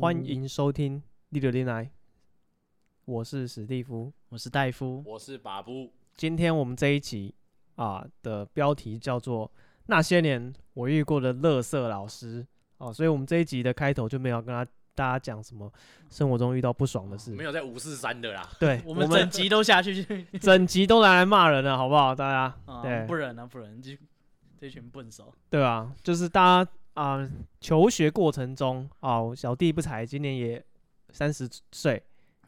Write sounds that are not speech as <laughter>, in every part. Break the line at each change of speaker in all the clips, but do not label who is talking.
欢迎收听《第六电台》，我是史蒂夫。
我是戴夫。
我是把布，
今天我们这一集啊的标题叫做《那些年我遇过的乐色老师》哦，所以我们这一集的开头就没有跟他大家讲什么生活中遇到不爽的事
没。有在五四三的啦。
对，
哦 <laughs>
我
我们
们
整集都下
<laughs>
去去
整集都拿来骂人了，好不好？大家
啊，
对
不忍啊，不忍，就这群笨手。
对啊，就是大家啊、求学过程中啊、小弟不才，今年也三十岁，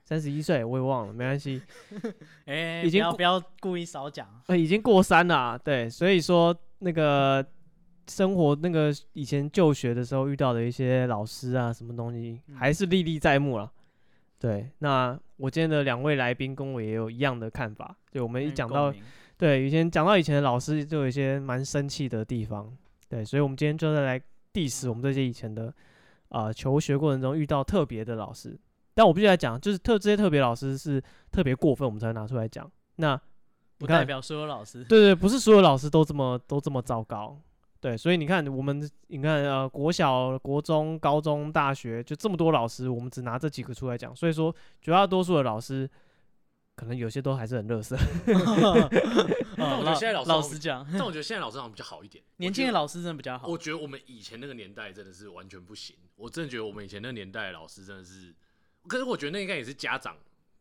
三十一岁，我也忘了，没关系，
哎，
已
不
经
要
过
不要故意少讲，
呃，已经过三了啊、对，所以说那个生活那个以前就学的时候遇到的一些老师啊，什么东西
嗯
还是历历在目了。对，那我今天的两位来宾跟我也有一样的看法，对我们一
嗯
讲
共
到
鸣
对，以前讲到以前的老师，就有一些蛮生气的地方。对，所以我们今天就再来 diss 我们这些以前的啊、呃求学过程中遇到特别的老师。但我必须来讲，就是特这些特别老师是特别过分，我们才会拿出来讲。那
不
你
代
看，
表所有老师。 <laughs>
对 <laughs> 对，不是所有老师都这么都这么糟糕。对，所以你看，我们你看，呃，国小、国中、高中、大学，就这么多老师，我们只拿这几个出来讲。所以说，绝大多数的老师，可能有些都还是很乐色。 <laughs>
但
我觉得现在老师
老师讲，
但我觉得现在老师好像比较好
<laughs>
一点，
年轻的老师真的比较好。
我觉得我们以前那个年代真的是完全不行。我真的觉得我们以前那个年代的老师真的是，可是我觉得那应该也是家长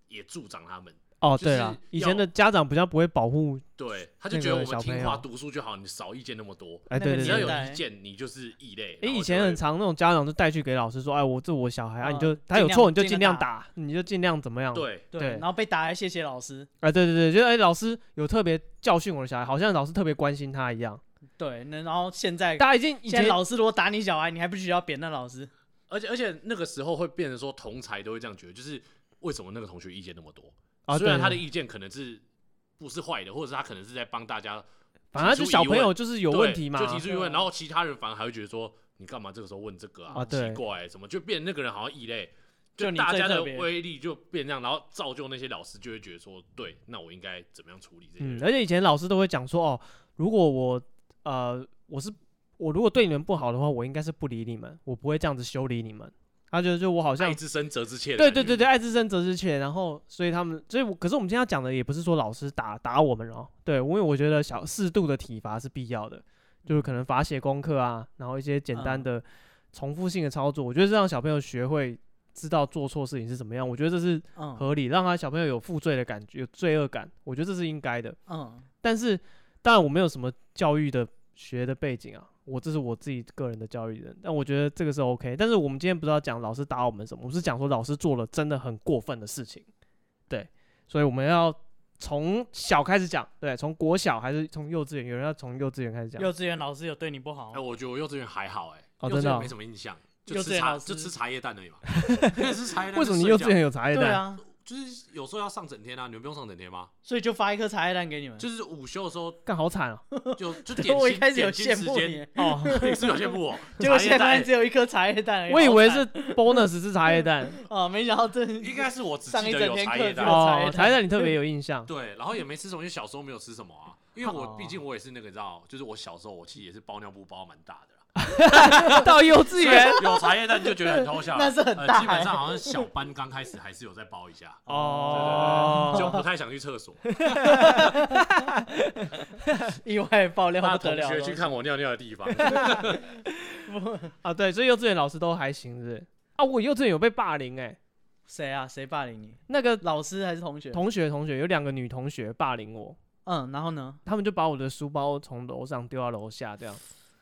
也助长他们，
哦，
就
对
是
了，以
要
前的家长比较不会保护，
对，他就
那
觉得
个
我
小
们
朋
听
友
话读书就好，你少意见那么多，
哎，
那
对
个
对
你要
对
有
年。代
意见你就是异类。
哎，
然后
以
就
前
会
很常那种家长就带去给老师说，哎，我这我小孩啊，你
嗯
就他有
尽量
错你就
尽
尽
量
量打，你就尽量怎么样？，
对，
对
对，
然后被打还谢谢老师。
哎，对对对，就哎老师有特别教训我的小孩，好像老师特别关心他一样。
对，那然后现在
大家已经以
现在
前
老师如果打你小孩，你还不需要扁那老师。
而且而且那个时候会变成说同才都会这样觉得，就是为什么那个同学意见那么多？
啊，
虽
对
然他的
对
意见可能是不是坏的，或者是他可能是在帮大家
反正
提
就
出
小
疑
朋
问
友就是有
对
问题嘛
就，提出疑
对
问，
啊
然后其他人反而还会觉得说，你干嘛这个时候问这个啊？
啊对
奇怪、怎么就变那个人好像异类？
就你
大
最
家的
特别
威力就变这样，然后造就那些老师就会觉得说，对，那我应该怎么样处理这些
嗯
人？，
而且以前老师都会讲说，哦，如果我呃我是我如果对你们不好的话，我应该是不理你们，我不会这样子修理你们。他觉得就我好像
爱之深，责之切。
对对对对，，爱之深责之切。然后，所以他们，所以我，可是我们今天要讲的也不是说老师打打我们哦，对，因为我觉得小适度的体罚是必要的，就是可能罚写功课啊，然后一些简单
嗯
的重复性的操作，我觉得是让小朋友学会知道做错事情是怎么样，我觉得这是
嗯
合理，让他小朋友有负罪的感觉，有罪恶感，我觉得这是应该的。
嗯，
但是，当然我没有什么教育的学的背景啊，我这是我自己个人的教育人，但我觉得这个是 OK。但是我们今天不是要讲老师打我们什么，我们是讲说老师做了真的很过分的事情，对，所以我们要从小开始讲，对，从国小还是从幼稚园，有人要从幼稚园开始讲，
幼稚园老师有对你不好
哎，，我觉得我幼稚园还好，哎，
哦
幼
真
稚
的
园
哦
没什么印象，就
幼稚
吃
园
茶
老师
就吃茶叶蛋
<laughs>
而已嘛。吃茶叶蛋
为什么
就
你
睡
幼
觉
稚园有茶叶
对
蛋？
啊，
就是有时候要上整天啊？你们不用上整天吗？
所以就发一颗茶叶蛋给
嗯
你们。
就是午休的时候
干好惨啊！
就
<laughs>
就点
我一
心，
开始有
点心
羡
时
慕
间，
你，
哦，
<laughs> 你是有羡
<laughs>
慕我？
结果
茶叶
现在
蛋
发现只有一颗茶叶蛋而已。
我以为
哎好
是
惨
bonus 是茶叶蛋
哦，没想到这
应该是我只
<laughs> 上一
记得
整
有
天
茶
课
叶
只
蛋
<laughs> 有。茶
哦，
叶蛋
茶叶蛋你特别有印
<laughs>
象，
对，然后也没吃什么，因为小时候没有吃什么啊。因为我
哦
毕竟我也是那个，你知道，就是我小时候我其实也是包尿布包蛮大的啦。
到幼稚园
所以有茶叶蛋就觉得很偷笑了，
那是很大
呃基本
欸
上好像小班刚开始还是有在包一下，
哦，
就不太想去厕 <laughs> 所。
意外爆料
怕
不
同
得了的
学
东
去
西。
看我尿尿的地方，
啊，对，所以幼稚园老师都还行是不是啊，我幼稚园有被霸凌哎、
谁啊？谁霸凌你？
那个
老师还是同学？
同学同学有两个女同学霸凌我，
嗯，然后呢？
他们就把我的书包从楼上丢到楼下这样，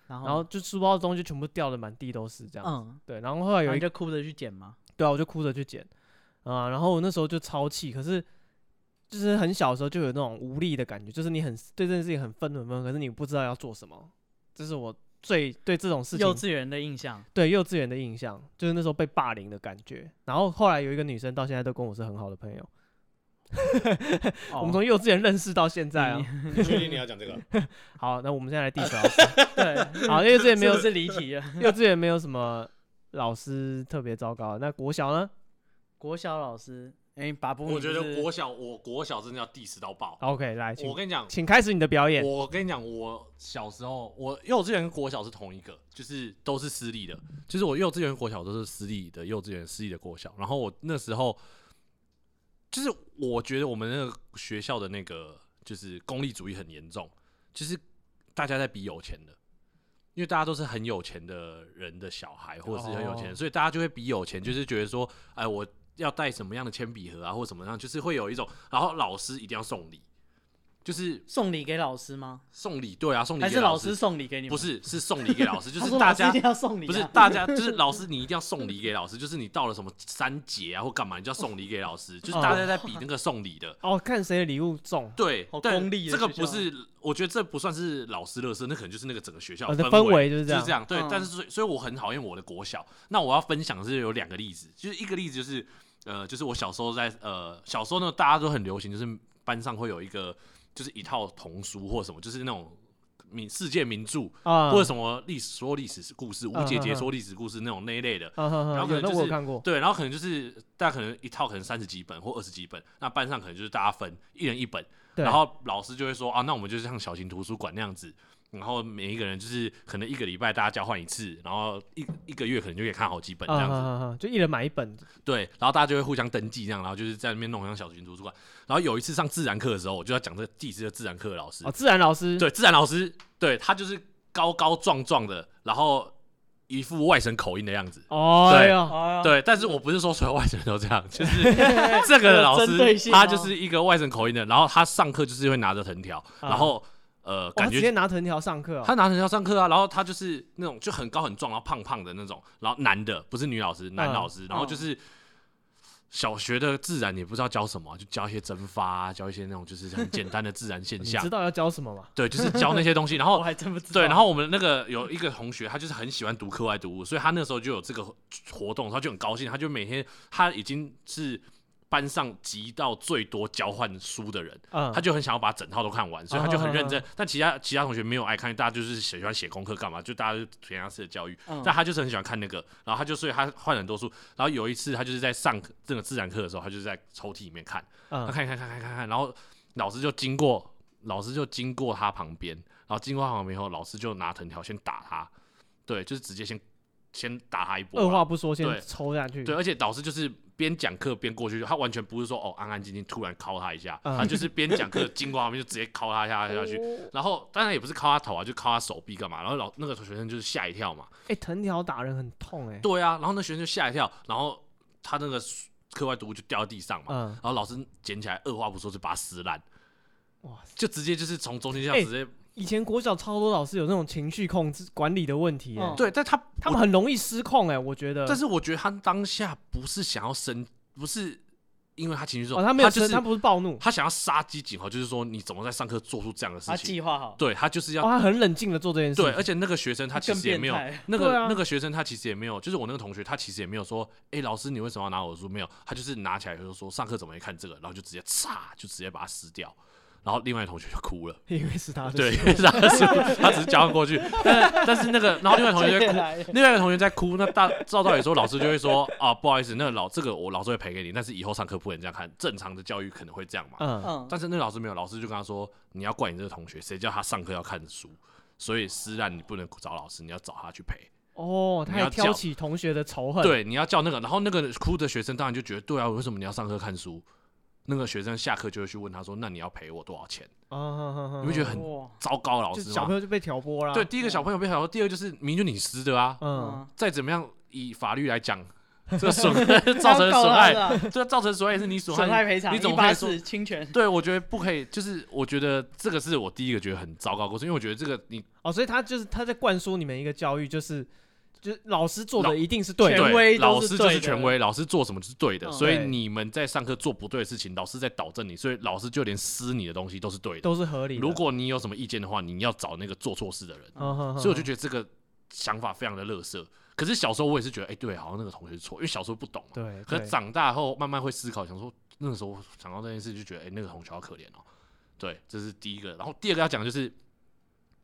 然后
然后就书包的东西全部掉的满地都是这样，
哦嗯，
对，然后后来
然
有
后
一
你
个
就哭着去捡吗？
对啊，我就哭着去捡啊、然后我那时候就超气，可是。就是很小的时候就有那种无力的感觉，就是你很对这件事情很愤很愤，可是你不知道要做什么。这是我最对这种事情
幼稚园的印象，
对幼稚园的印象，就是那时候被霸凌的感觉。然后后来有一个女生到现在都跟我是很好的朋友，我们
哦
从幼稚园认识到现在啊。
你确定你要讲这个？
<laughs> 好，那我们现在来 diss 老师。
<laughs> 对，
好，幼稚 <laughs> 园没有
是不是离题了。
幼稚园没有什么老师特别糟糕的。那国小呢？
国小老师，哎、哎，把不，
我觉得国小，我国小真的要 diss
<laughs>
到爆。
OK，来，请
我跟你讲，
请开始你的表演。
我跟你讲，我小时候，我幼稚园跟国小是同一个，就是都是私立的。就是我幼稚园、跟国小都是私立的幼稚园、私立的国小。然后我那时候，就是我觉得我们那个学校的那个就是功利主义很严重，就是大家在比有钱的，因为大家都是很有钱的人的小孩，或者是很有钱的，
哦
所以大家就会比有钱，就是觉得说，哎，我要带什么样的铅笔盒啊，或者怎么样，就是会有一种，然后老师一定要送礼。就是
送礼给老师吗？
送礼，对啊，送礼
还
给
是老师
师？
送礼给你们？
不，是，是送礼给老
<laughs>
师，就
他
是
说
大
老师
家
一定要送礼啊，
不是大家，就是老师你一定要送礼给老师，就是你到了什么三节啊或干嘛，你就要送礼给老师，就是大家在比那个送礼的。
哦，看谁的礼物重，
对
好，
但
功利
这
的
个
学
不
校
是，我觉得这不算是老师乐色，那可能就是那个整个学校
呃
的
的氛
围
围就是这
这
样
样。对
嗯，
但是所以所以我很讨厌我的国小。那我要分享的是有两个例子，就是一个例子就是呃，就是我小时候在呃小时候呢，大家都很流行，就是班上会有一个就是一套童书或什么，就是那种名世界名著，
啊，
或者什么历史说历史故事，
嗯
吴姐
嗯
姐
嗯
说历史故事那种那一类的。
啊哈哈，
然后可
有
能
那
就是
我有看过，
对，然后可能就是大家可能一套可能三十几本或二十几本，那班上可能就是大家分一人一本，
对
然后老师就会说啊，那我们就像小型图书馆那样子，然后每一个人就是可能一个礼拜大家交换一次，然后一一个月可能就可以看好几本这样子。
啊哈哈哈就一人买一本，
对，然后大家就会互相登记这样，然后就是在那边弄像小型图书馆。然后有一次上自然课的时候，我就要讲这个地质的自然课的老师，
哦，自然老师，
对，自然老师，对他就是高高壮壮的，然后一副外省口音的样子。
哦，哎呦，
哦，
对，但是我不是说所有外省人都这样，就是
<laughs>
这个老
有针对
师
性
他
哦
就是一个外省口音的，然后他上课就是会拿着藤条，
啊
然后呃，
哇他
感
直接
觉
拿藤条上课哦，
他拿藤条上课啊，然后他就是那种就很高很壮，然后胖胖的那种，然后男的不是女老师，男
嗯
老师，然后就
嗯
是。小学的自然也不知道教什么啊，就教一些蒸发、啊，教一些那种就是很简单的自然
<laughs>
现
你
象
知，道要教什么吗？
对，就是教那些东西。然后
哦我还真不知道。
对，然后我们那个有一个同学，他就是很喜欢读课外读物，所以他那时候就有这个活动，他就很高兴，他就每天他已经是班上集到最多交换书的人，
嗯，
他就很想要把整套都看完，所以他就很认真。但其他其他同学没有爱看，大家就是喜欢写功课干嘛，就大家就填鸭式的教育。
嗯
但他就是很喜欢看那个，然后他就所以他换很多书。然后有一次他就是在上课这个自然课的时候，他就是在抽屉里面看，
嗯
他看看看看看看，然后老师就经过，老师就经过他旁边，然后经过他旁边以后，老师就拿藤条先打他，对，就是直接先先打他一波啦，
二话不说先
啊对
抽下去，
对，而且老师就是边讲课边过去，他完全不是说哦安安静静突然敲他一下，
嗯
他就是边讲课经过旁边就直接敲他一下下去，
<laughs>
然后当然也不是敲他头啊，就敲他手臂干嘛，然后老那个学生就是吓一跳嘛，
哎，藤条打人很痛哎，
对啊，然后那学生就吓一跳，然后他那个课外读物就掉到地上嘛，
嗯，
然后老师捡起来二话不说就把它撕烂，
哇塞，
就直接就是从中间这样
哎
直接、
以前国小超多老师有那种情绪控制管理的问题哎
嗯，
对，但他
他们
我
很容易失控哎，我觉得，
但是我觉得他当下不是想要生，不是因为他情绪受，
哦，他没有
就
生，
是
他不是暴怒，哦，
他想要杀鸡儆猴，就是说你怎么在上课做出这样的事
他
情？
计划好，
对他就是要、
哦他很冷静的做这件事，
对，而且那个学生他其
更
实也
变
没有。
<laughs> 态。
那个、
对啊
那个学生他其实也没有，就是我那个同学他其实也没有说，哎、老师你为什么要拿我的书？没有，他就是拿起来就说上课怎么没看这个，然后就直接嚓就直接把它撕掉，然后另外一个同学就哭了，
因为是他的，
对，因 <laughs> 为他是他只是交换过去，但但是那个然后另外一
<laughs>
个同学就哭，
哭，
另外一个同学在哭，那大照道理说，老师就会说啊，不好意思，那个老这个我老师会赔给你，但是以后上课不能这样看，正常的教育可能会这样嘛。
嗯，
嗯，
但是那个老师没有，老师就跟他说，你要怪你这个同学，谁叫他上课要看书，所以私然你不能找老师，你要找他去赔。
哦，他
你
还
要
挑
叫
起同学的仇恨，，
对，你要叫那个，然后那个哭的学生当然就觉得，对啊，为什么你要上课看书？那个学生下课就会去问他说，那你要赔我多少钱？
啊，
你不觉得很
哇，
糟糕，老
就
师
小朋
吗？
友就被挑拨
啊
啦，
对，，
嗯
第一个小朋友被好，第二个就是明明就你撕的啊，
嗯，
再怎么样以法律来
<laughs>
讲，这损 <laughs> 造成损害
他，要告他的
这造成损害也是你 <laughs> 损
损害
害。
赔偿，
你怎么
八
会说
四侵权？
对，我觉得不可以，就是我觉得这个是我第一个觉得很糟糕的过程，因为我觉得这个你
哦，所以他就是他在灌输你们一个教育，就是就是老师做的
老
一定是对
权
的，
威都
老
是
师就
对
是
的
权威，老师做什么就是对的，
嗯
所以
对
你们在上课做不对的事情，老师在导正你，所以老师就连撕你的东西都是对的。
都是合理的。
如果你有什么意见的话，你要找那个做错事的人。
嗯，哼
所以我就觉得这个想法非常的乐色。可是小时候我也是觉得，哎、对，好像那个同学是错，因为小时候不懂嘛。
哼哼对，
可
对
是长大后慢慢会思考，想说那个时候想到这件事，就觉得哎、诶那个同学好可怜哦。对，这是第一个。然后第二个要讲的就是，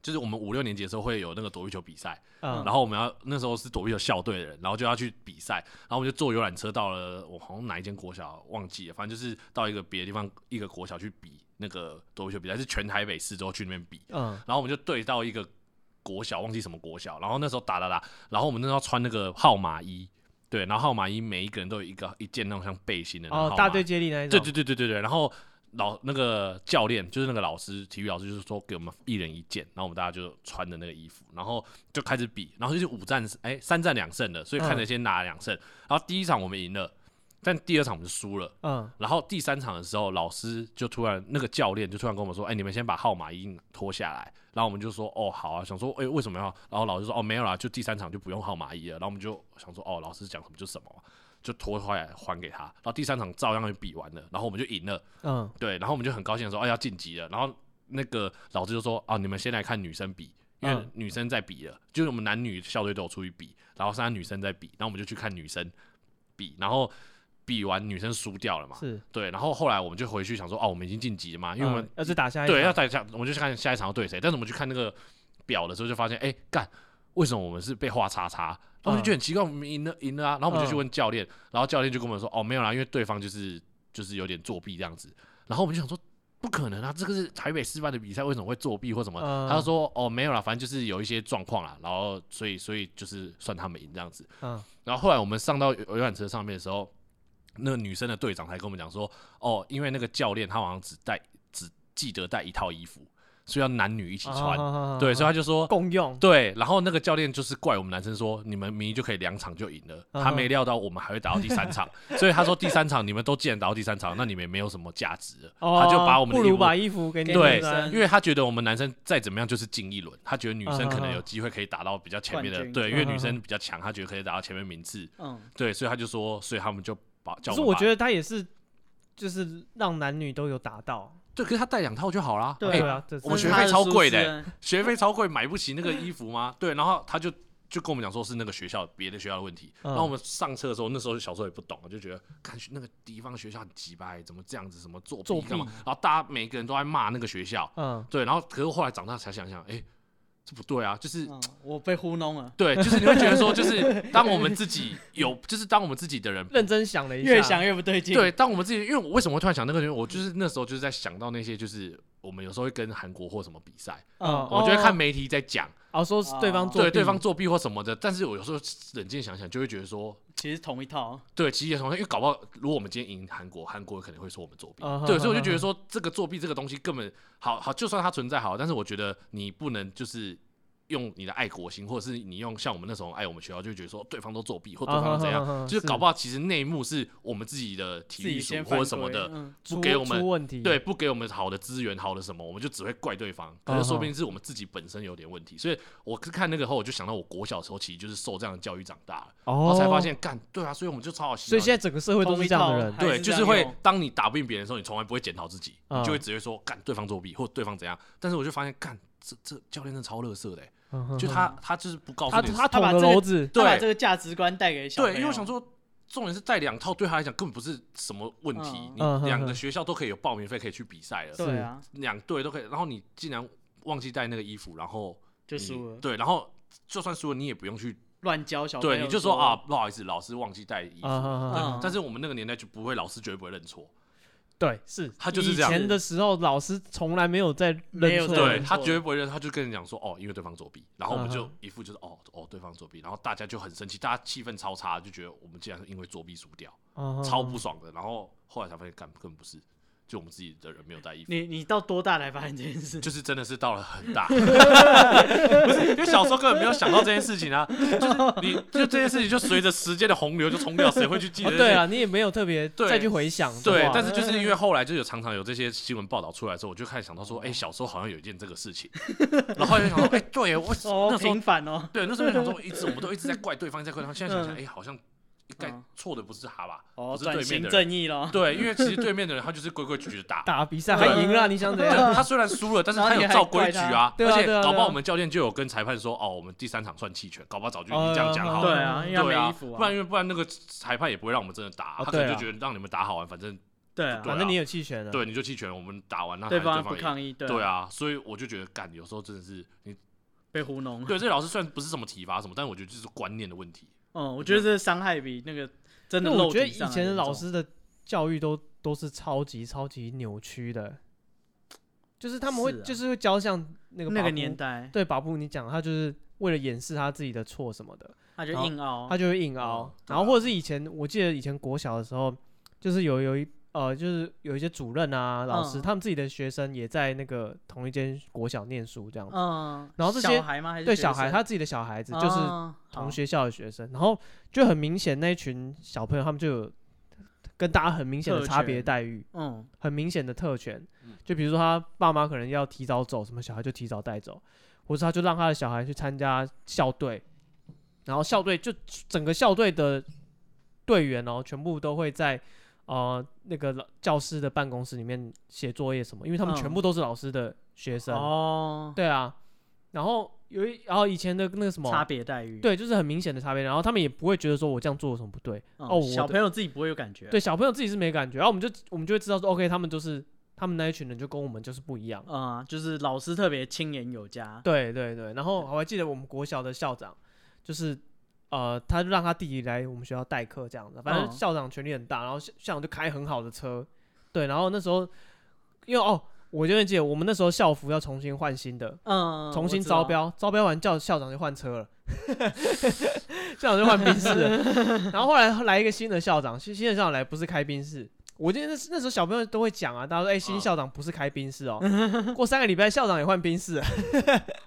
就是我们五六年级的时候会有那个躲避球比赛，
嗯，
然后我们要那时候是躲避球校队的人，然后就要去比赛，然后我们就坐游览车到了我好像哪一间国小忘记了，反正就是到一个别的地方一个国小去比那个躲避球比赛，是全台北市都去那边比，
嗯
然后我们就对到一个国小，忘记什么国小，然后那时候打打打，然后我们那时候穿那个号码衣，对，然后号码衣每一个人都有一个一件那种像背心的那种
哦
号，码
大队接力那一种，
对对对对对对，然后老那个教练就是那个老师，体育老师就是说给我们一人一件，然后我们大家就穿的那个衣服，然后就开始比，然后就是五战哎、三战两胜的，所以
嗯
看着先拿两胜，然后第一场我们赢了，但第二场我们就输了。
嗯
然后第三场的时候，老师就突然那个教练就突然跟我们说：“哎、你们先把号码一脱下来。”然后我们就说：“哦，好啊。”想说：“哎、为什么要？”然后老师说：“哦，没有啦，就第三场就不用号码一了。”然后我们就想说：“哦，老师讲什么就什么嘛，就脱下来还给他。”然后第三场照样就比完了，然后我们就赢了。
嗯，
对，然后我们就很高兴的说：“哎、要晋级了。”然后那个老师就说：“哦，你们先来看女生比。”因为
嗯
女生在比了，就是我们男女校队都有出去比，然后剩下女生在比，然后我们就去看女生比，然后比完女生输掉了嘛，
是，
对，然后后来我们就回去想说，哦，我们已经晋级了嘛，因为我们
嗯、要去打下一
对要
场
再下，我们就去看下一场要对谁。但是我们去看那个表的时候，就发现，哎，干，为什么我们是被画叉叉？然后我
嗯
们就觉得很奇怪，我们赢了赢了啊，然后我们就去问教练，然后教练就跟我们说，哦，没有啦，因为对方就是就是有点作弊这样子。然后我们就想说，不可能啊，这个是台北师范的比赛，为什么会作弊或什么？
嗯
他就说，哦，没有啦，反正就是有一些状况啦，然后所以所以就是算他们赢这样子。
嗯
然后后来我们上到游游览车上面的时候，那个女生的队长才跟我们讲说，哦，因为那个教练他好像只带只记得带一套衣服，所以要男女一起穿。
啊
对，所以他就说。
共用，
对，然后那个教练就是怪我们男生说，你们明明就可以两场就赢了，
嗯
他没料到我们还会打到第三
<laughs>
场，所以他说第三场你们都既然打到第三场，那你们也没有什么价值了，
哦
<laughs> 他就把我们的
不
衣
如
服
把衣服给你
对
女生
因为他觉得我们男生再怎么样就是进一轮，他觉得女生可
嗯
能
嗯嗯
有机会可以打到比较前面的
冠，军
对，因为
嗯嗯
女
嗯
生比较强，他觉得可以打到前面名次，
嗯，
对，所以他就说，所以他们就把
可
叫我
是
们
我
把
觉得他也是，就是让男女都有达到。
对，可是他带两套就好啦。
对
哎
对啊，这
我们
是
学
这是他
费超
的
贵
疏
的欸
失啊
学费超贵，买不起那个衣服吗？对，然后他就就跟我们讲说是那个学校别的学校的问题。
嗯
然后我们上车的时候，那时候小时候也不懂，就觉得看那个地方学校很鸡掰，怎么这样子，什么作
作
弊
弊
干嘛？然后大家每个人都在骂那个学校，
嗯，
对，然后可是后来长大才想想，哎、这不对啊，就是
嗯，我被糊弄了，
对，就是你会觉得说，就是当我们自己
<laughs>
有，就是当我们自己的人，
认真想了一下，
越想越不对劲。
对，当我们自己，因为我为什么会突然想那个？因为我就是那时候就是在想到那些，就是我们有时候会跟韩国或什么比赛，
嗯
我就会看
哦
媒体在讲，
哦，说是对方
哦
作
对
弊
对方作弊或什么的，但是我有时候冷静想想，就会觉得说，
其实同一套，
对，其实也同样，因为搞不好如果我们今天赢韩国，韩国可能会说我们作弊，
哦
嗯
对，
哼
所以我就
哼
觉得说，这个作弊这个东西根本好好，就算它存在好，但是我觉得你不能就是。用你的爱国心，或者是你用像我们那时候哎爱我们学校，就会觉得说对方都作弊或对
啊
方都怎
哦
样
哼哼哼
就是
是
搞不好其实内幕是我们自己的体
自
育
己
署
先
或者
犯规
什么的，
嗯，
出
不给我们
出问题，
对，不给我们好的资源、好的什么，我们就只会怪对方。
嗯
可是说不定是我们自己本身有点问题。所以我是看那个后，我就想到我国小的时候其实就是受这样的教育长大了，然
哦，
后才发，现干对啊，所以我们就超好洗脑。
所以现在整个社会都是这样的人
同一套，还
对，
是
就
这
是
样
会
用
当你打不赢别人的时候，你从来不会检讨自己，你就会
嗯
只会说干对方作弊或对方怎样。但是我就发现干这这教练真的超乐色的欸、
嗯哼
就
哼
他他就是不告诉
他
你
他
他
捅
把
了
这个
篓子，
他把
对
这个价值观带给小朋
对，
友。
因为我想说，重点是带两套对他来讲根本不是什么问题
嗯，
嗯哼
你两个
哼
学校都可以有报名费可以去比赛了，
对啊，
两队都可以，然后你竟然忘记带那个衣服，然后
就
你
输了，
对，然后就算输了你也不用去，
乱教小朋友。
嗯对，你就说啊，，不好意思，老师忘记带衣服。
啊哈哈，
嗯
但是我们那个年代就不会，老师绝对不会认错，
对，是
他就是这样
以前的时候，老师从来没有在
没
认
有
错，
在
对
认错
他绝对不会认，他就跟你讲说哦，因为对方作弊，然后我们
嗯
就
哼
一副就是哦哦对方作弊，然后大家就很生气，大家气氛超差，就觉得我们竟然是因为作弊输掉，
嗯哼
超不爽的。然后后来才发现，干根本不是，就我们自己的人没有带衣服，
你你到多大才发现这件事？
就是真的是到了很大，不 <laughs> 是因为小时候根本没有想到这件事情啊，就是你就这件事情就随着时间的洪流就冲掉，谁会去记
哦
得？
对啊，，你也没有特别
对
再去回想的话，
对，
啊
但是就是因
嗯
为后来就有常常有这些新闻报道出来之后，我就开始想到说，哎、小时候好像有一件这个事情，然后就想说，哎、对我
哦，
那时候
平凡哦，
对那时候就想说，一直我们都一直在怪对方，一直在怪对方，现在想想，
嗯
哎、好像应该
嗯
错的不是他吧？
哦，
不是对
转
面
型
的人。
正义咯。
对，因为其实对面的人他就是规规矩矩的打，
打比赛还赢了，你想怎样？
对啊他虽然输了，但是
嗯然后
他
你
有
还
照规
怪
矩
他
啊，
对啊
而且
对啊
搞不好
对啊
我们教练就有跟裁判说，哦，我们第三场算弃权，搞不好早就已
哦
经这样讲好
对
了。
啊，因为他
对
没
啊，
衣服
不然
啊。
因为不然那个裁判也不会让我们真的打，
哦
他可能
对
就
啊
觉得让你们打好玩，反正
对啊
对，
反
啊
正你有弃权了，
对，你就弃权，我们打完那
嗯对
反正
方不
也
抗议，对
对
啊，
啊，所以我就觉得干，有时候真的是你
被糊弄。
对这老师虽然不是什么体罚什么，但我觉得就是观念的问题。
嗯，我觉得这个伤害比那个真的
那我
肉
觉得
体
以
上还
前的
严重
老师的教育都都是超级超级扭曲的，就是他们会
是啊
就是会教像那个
那
把
个
布
年代，
对把布你讲，他就是为了掩饰他自己的错什么的，
他就
然后
硬凹
他，就会硬凹
哦。对
然后
啊
或者是以前我记得以前国小的时候，就是有有一呃就是有一些主任啊老师，
嗯
他们自己的学生也在那个同一间国小念书这样子。
嗯，
然后这些
小孩吗？还是
对
学
小孩，
生
他自己的小孩子就是
哦好
同学校的学生，然后就很明显那一群小朋友他们就有跟大家很明显的
特
差别
权
待遇，
嗯，
很明显的特权
嗯。
就比如说他爸妈可能要提早走，什么小孩就提早带走，或者他就让他的小孩去参加校队，然后校队就整个校队的队员哦，全部都会在。呃，那个老教师的办公室里面写作业什么，因为他们全
嗯
部都是老师的学生，
哦，
对啊，然后有一，然后以前的那个什么
差别待遇，
对，就是很明显的差别。然后他们也不会觉得说我这样做有什么不对。
嗯，
哦我
小
的
朋友自己不会有感觉，
对，小朋友自己是没感觉，然后我们就我们就会知道说，OK，他们就是他们那一群人就跟我们就是不一样。
嗯，就是老师特别亲言有加，
对对对。然后我还记得我们国小的校长，就是呃，他就让他弟弟来我们学校代课这样子。反正
嗯
校长权力很大，然后校校长就开很好的车。对，然后那时候因为哦，我永远记得我们那时候校服要重新换新的，
嗯，
重
我
新
知道
招，标，招标完校校长就换车了， <laughs> 校长就换宾士了，
<laughs>
然后后来来一个新的校长，新新的校长来不是开宾士。我记得那时那时候小朋友都会讲啊，大家说：“哎、新
嗯
校长不是开宾
<laughs>
士哦，过三个礼拜校长也换宾士了。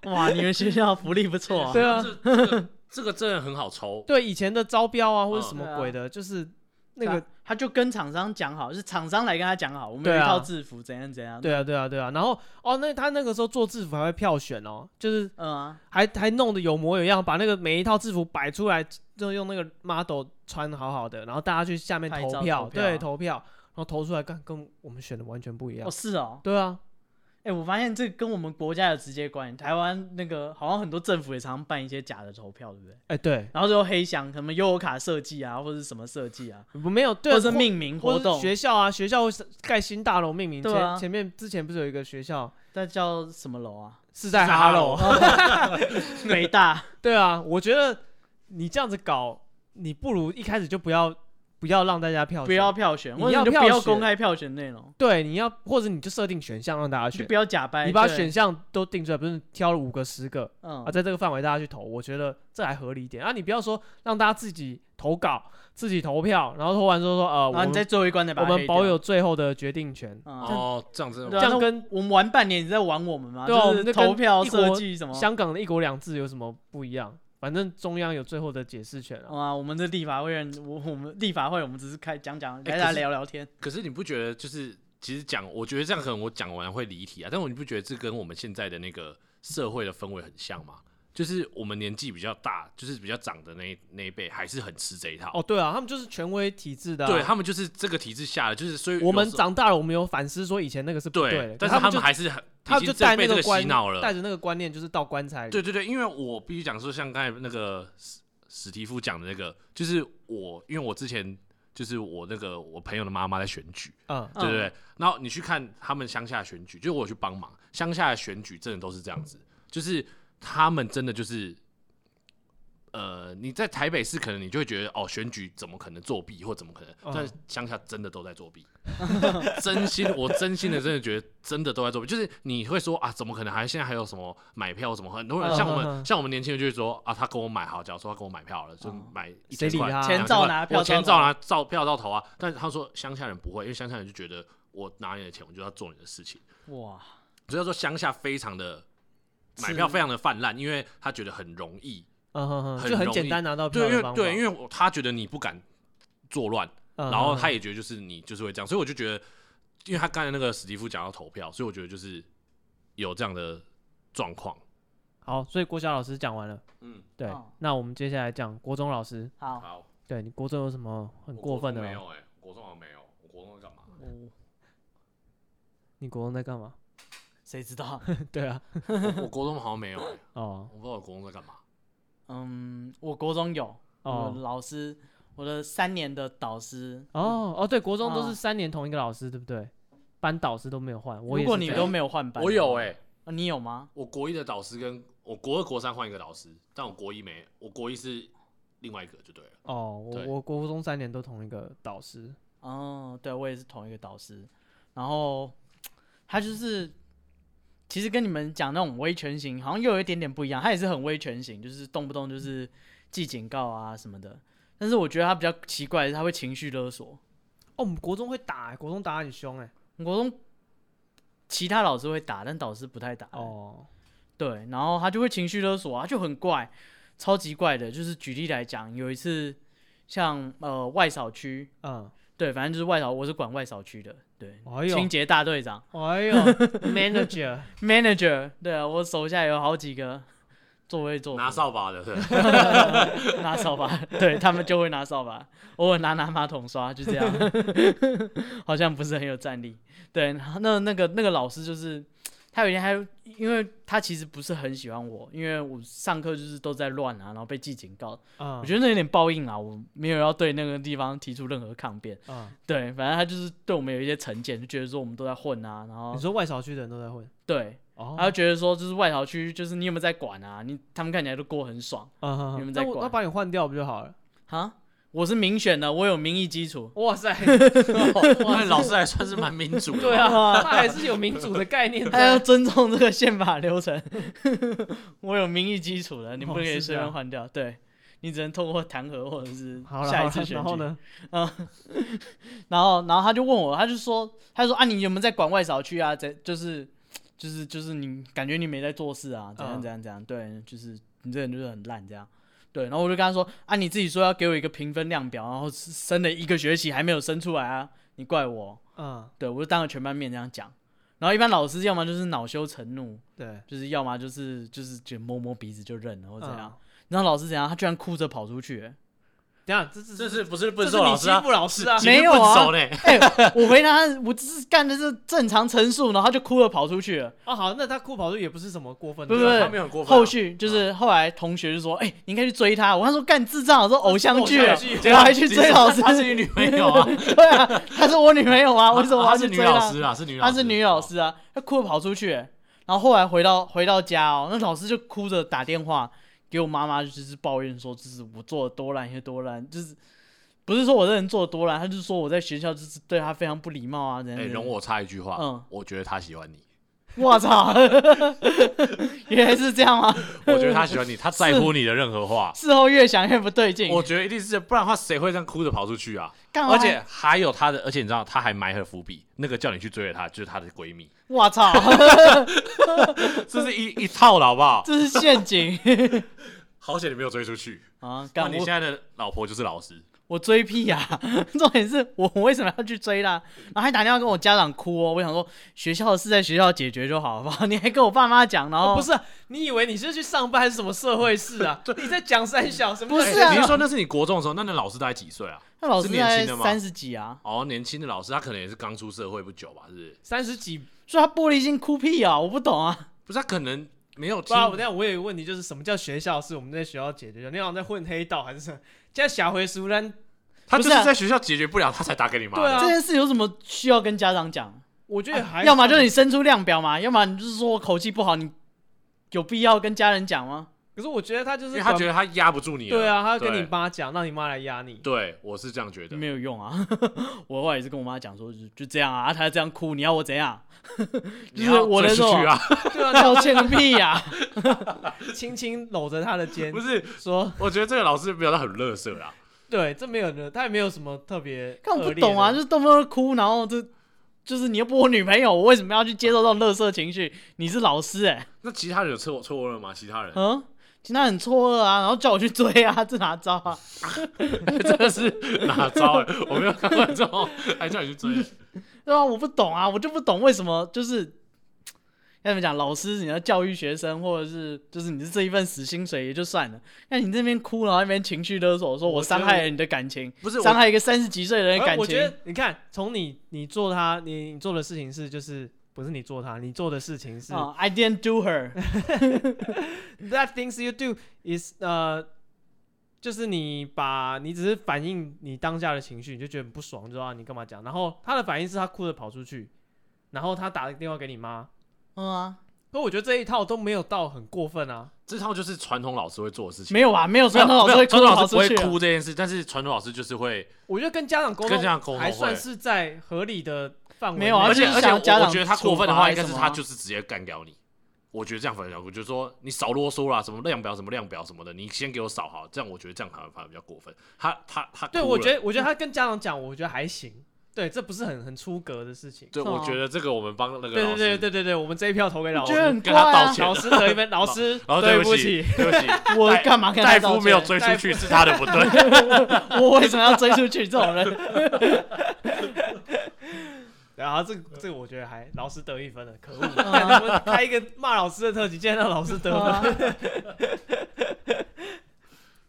哇，你们学校福利不错
<laughs>
啊，
对啊
这这个这个真的很好
<laughs>
抽”。
对，以前的招标啊或者
嗯
什么
对啊
鬼的，就是那个
他啊他就跟厂商讲好，是厂商来跟他讲好，我们有
对
一
啊
套制服怎样怎样，，
对啊对啊对啊。然后哦，那他那个时候做制服还会票选哦，就是
嗯啊，
还还弄得有模有样，把那个每一套制服摆出来，就用那个 model 穿好好的，然后大家去下面
拍
投
照
票，
投票
对，投票，然后投出来跟跟我们选的完全不一样。
哦是哦，
对啊，
哎，我发现这跟我们国家有直接关联，台湾那个好像很多政府也常常办一些假的投票，对不对？
哎、对，
然后就黑箱，什么悠游卡设计啊，或者是什么设计啊，
我没有，对啊，
或者是命名
或
活
者
动，
学校啊，学校会盖新大楼命名，
对
前、
啊
前面之前不是有一个学校
那叫什么
<laughs>
楼啊？
是在
是在
哈
哈
喽
喽？
北大，
对啊，我觉得你这样子搞，你不如一开始就不要不要让大家票选，
不要票选，
你
或者
要
你就
票
不要
选
公开票选内容，
对，你要或者你就设定选项让大家
就
选
不，要假掰，
你把
对
选，项都定出来，不是挑了五个十个。
嗯
啊，，在这个范围大家去投，我觉得这还合理一点。啊，你不要说让大家自己投稿、自己投票，然后投完之后说呃，我
然后
们
你再最后一关再把
我
它
们
黑
保
掉
有，最后的决定权。
嗯，
哦，这样真
对
的
啊
这样
那
跟
我们玩半年，你在玩我们吗？
对啊我
就
们
是
就跟
投票
一国
设计什么，
香港的一国两制有什么不一样？反正中央有最后的解释权啊。
哇，我们这立法会人，我我们立法会，我们只是开讲讲，
哎
来
可
来
是
聊聊天，
可是你不觉得就是其实讲，我觉得这样可能我讲完会离题啊，但我你不觉得这跟我们现在的那个社会的氛围很像吗？就是我们年纪比较大，就是比较长的那一那一辈，还是很吃这一套。
哦，对啊，他们就是权威体制的啊、
对他们就是这个体制下的，就是所以
我们
有时候
长大了，我们有反思说以前那个是不的
对，，但
可他
是他
就
们还是很
他们
已经
就带
被
那
这
个
个
观
洗脑了。
带着那个观念就是到棺材里。
对对对，因为我必须讲说，像刚才那个史史蒂夫讲的那个，就是我，因为我之前就是我那个我朋友的妈妈在选举，
嗯，
嗯
对不对？然后你去看他们乡下选举，就是我有去帮忙，乡下的选举真的都是这样子，就是他们真的就是，呃，你在台北市可能你就会觉得哦，选举怎么可能作弊或怎么可能？
嗯
但乡下真的都在作弊，真心我真心的真的觉得真的都在作弊，就是你会说啊，怎么可能还现在还有什么买票什么？很多人
嗯
像我
嗯
们
嗯
像我们年轻人就会说啊，他跟我买好，假如说他跟我买票好了，就
嗯
买一
谁
千
理
块
他啊
钱照拿，票
我钱
照
照拿，照票照投啊。但是他说乡下人不会，因为乡下人就觉得我拿你的钱，我就要做你的事情。
拿，哇，
所以说乡下非常的
是
买票非常的泛滥，因为他觉得很容易，
嗯哼哼，
很
就很
容
简
易
单拿到票
对，因
的
为
方嗯
对，因
为
为我他觉得你不敢作乱，
然
然后他
他
也觉得就是你就是会这样，所以我就觉得，因为他刚才那个史蒂夫讲到投票，所以我觉得就是有这样的状况。
好，所以郭晓老师讲完了。
嗯，
对，
哦
那我们接下来讲国中老师。
好，
好，
对你国中有什么很过分的哦
没
吗？
有哎、国中好像没有，我国中在干嘛？
你国中在干嘛？
谁知道？
<laughs> 对啊，
<laughs> 我国中好像没有、欸，
哦
我不知道我国中在干嘛。
嗯，我国中有，我
哦
老师，我我的三年的导师，
哦哦，对，国中都
哦
是三年同一个老师，对不对？班导师都没有换，我
如
也
果
是
你
这
都
样
没有换班，
我有哎、
啊，你有吗？
我国一的导师跟我国二、国三换一个老师，但我国一没，我国一是另外一个就对了。
哦，我
对
我国中三年都同一个导师，
哦，对我也是同一个导师，然后他就是其实跟你们讲那种威权型好像又有一点点不一样，他也是很威权型，就是动不动就是记警告啊什么的。但是我觉得他比较奇怪的是，他会情绪勒索。
哦，我们国中会打、欸，国中打很凶哎、
国中其他老师会打，但导师不太打。哦，
哦，
对，然后他就会情绪勒索啊，就很怪，超级怪的。就是举例来讲，有一次像呃外扫区，
嗯，
对，反正就是外扫，我是管外扫区的，对，
哎呦
清，洁大队长。
哎 <laughs> 呦 <laughs> ，manager，
manager，对啊，我手下有好几个座位坐
拿扫
<laughs>
把的， <laughs> 对，
<laughs> 拿扫把，对他们就会拿扫把，偶尔拿拿马桶刷，就这样， <laughs> 好像不是很有战力。对，然后那那个那个老师就是，他有一天还因为他其实不是很喜欢我，因为我上课就是都在乱啊，然后被记警告，
嗯，
我觉得那有点报应啊，我没有要对那个地方提出任何抗辩。
嗯，
对，反正他就是对我们有一些成见，就觉得说我们都在混啊，然后
你说外小区的人都在混，
对，
哦，
他就觉得说，就是外逃区，就是你有没有在管啊？你他们看起来都过很爽
嗯哼
你
哼
们在
那我
管
那把你换掉不就好了？
哈，我是民选的，我有民意基
<laughs>
础。
哇塞，
那老师还算是蛮民主的。
对，啊，他还是有民主的概
<laughs>
念
他要
在。
尊重这个宪法流程， <laughs> 我有民意基础的，你不
哦
可以
是
随
这
便
样
换掉。对你只能透过弹劾或者是
好了，
下
好
一
了
次选举。
然后呢？
嗯 <laughs> 然后然后他就问我，他就说，他就说啊，你有没有在管外扫区啊？怎就是就是就是你感觉你没在做事啊？怎样
嗯
怎样怎样？对，就是你这个人就是很烂这样。对，然后我就跟他说啊，你自己说要给我一个评分量表，然后升了一个学期还没有升出来啊，你怪我。
嗯，
对我就当着全班面这样讲。然后一般老师要么就是恼羞成怒，
对，
就是要么就是就是就摸摸鼻子就认了或怎样
嗯。？
然后老师怎样，他居然哭着跑出去、欸
等一下，这是
这是不是不
这
是
是
说老
你
师
欺
啊？
负老师啊？
没有啊
手呢？
哎、我回答他，我只是干的是正常陈述，然后他就哭着跑出去了。
哦，好，那他酷跑出去也不是什么过分的
不
事，
是不是
<laughs> 他没有很过分啊。
后续就是后来同学就说：“哎、你应该去追他。”我跟他说：“干智障，我说偶像剧啊，我还去追老师。
她是你女朋友
<laughs>
啊？
对啊，她是我女朋友啊，为什么我
她
要
是
去
女
追
老
她
师？哦啊？是女老
她
师，
是女老师啊，她哭着跑出去、然后后来回到回到家哦，那老师就哭着打电话给我妈妈，就是抱怨说，就是我做的多烂，有多烂，就是不是说我这人做的多烂，他就是说我在学校就是对他非常不礼貌啊，怎样。
哎，
怎样
容我插一句话，
嗯
我觉得他喜欢你，
我操，原来是这样吗？
我觉得他喜欢你，他在乎你的任何话。
事后越想越不对劲。
我觉得一定是，不然的话谁会这样哭着跑出去啊？
干嘛
而且还有他的，而且你知道他还埋了伏笔，那个叫你去追的她就是她的闺蜜，
我操，
这是一一套的好不好？
这是陷
<laughs>
阱
好险你没有追出去，
啊！
那
干
你
我
现在的老婆就是老师，
我追屁呀、 <laughs> 重点是我我为什么要去追啦？然后还打电话跟我家长哭哦。我想说学校的事在学校解决就好，好不 <laughs> 好？你还跟我爸妈讲，然后、
哦不是啊，你以为你是去上班还是什么社会事
<laughs>
啊？你在讲三小什么？
不是啊
哎你是说那是你国中的时候，那那老师大概几岁啊？
那老师
是年
才
轻的吗
三十几啊，
哦，年轻的老师，他可能也是刚出社会不久吧，是不是？
三十几
所以他玻璃心哭屁啊，我不懂啊。
不是，他可能没有
不
听
啊，我等一下我有一个问题，就是什么叫学校是我们在学校解决的？你好像在混黑道还是什么？现在小回熟人，
他就是
不是啊
在学校解决不了，他才打给你妈的。
对啊
这件事有什么需要跟家长讲？
我觉得还、
啊要么就是你，伸出量表嘛，要么你就是说我口气不好，你有必要跟家人讲吗？
可是我觉得他就
因
是
为他觉得他压不住你了。
对啊，他要跟
对
你妈讲，让你妈来压你。
对我是这样觉得。
没有用啊！ <laughs> 我后来也是跟我妈讲说，就就这样啊，她这样哭，你要我怎样？
你
就是
要
我的
追
时
出
候
去啊， <laughs>
对啊，
<laughs> 道歉个屁呀、 <laughs>
轻轻搂着他的肩
不是？
说
我觉得这个老师没有到很乐色啊啦，：“
对，这没有人，他也没有什么特别。”
看我不懂啊，就是动不动就哭，然后这就是你又不是我女朋友，我为什么要去接受这种垃圾情绪？你是老师哎、
那其他人有错错愕了吗？其他人
嗯，其他很错愕啊，然后叫我去追啊， <laughs> 这哪招啊？
真的 <laughs> 是哪招欸？我没有看过这 <laughs> 种，还叫你去追。
对啊，我不懂啊，我就不懂为什么就是。要怎么讲？老师，你要教育学生，或者是就是你是这一份死薪水也就算了，那你这边哭，然后那边情绪勒索，说我
我觉得
伤害了你的感情，
不是我
伤害一个三十几岁的人的
哎
感
我觉
情。
得你看，从你你做他，你你做的事情是就是。不是你做他，你做的事情是、
啊、i didn't do her，
that things you do is 呃、就是你把你只是反映你当下的情绪，你就觉得很不爽，就说啊你干嘛讲？然后他的反应是他哭着跑出去，然后他打电话给你妈。
<laughs> 嗯啊，
可我觉得这一套都没有到很过分啊。
这套就是传统老师会做的事情。
没有啊，没有
没有
传统老师
没
会
有
哭
传
着
统老
跑
师不会
出去啊，
哭这件事，但是传统老师就是会，
我觉得跟家长沟
跟家长沟
通
通
还算
会
是在合理的范围内。
没有啊
而且
就是
而且
想家
我我
长
觉得他过分的话，应该
处
是
罚还是什么啊
他就是直接干掉你。我觉得这样反而比较过分，就是说你少啰嗦啦，什么量表什么量表什么的，你先给我扫好，这样我觉得这样反而反而比较过分。他他他哭
对，
了，
我觉得
嗯
我觉得他跟家长讲，我觉得还行。对，这不是很很出格的事情。
对，我觉得这个我们帮那个
对对
老师
对对对对，我们这一票投给老
我
师
觉，得很怪
跟他道
啊。
歉
老师得一分，老
<laughs>
师
然后
对
不
起，，
对不起，
<laughs> 我干嘛跟他
戴
道
夫
歉
没有追出去是他的不对。
<laughs> 我为什么要追出去这种人？
然后这个这个我觉得还老师得一分了，可恶！
嗯
看我们开一个骂老师的特辑，竟然让老师得分，
啊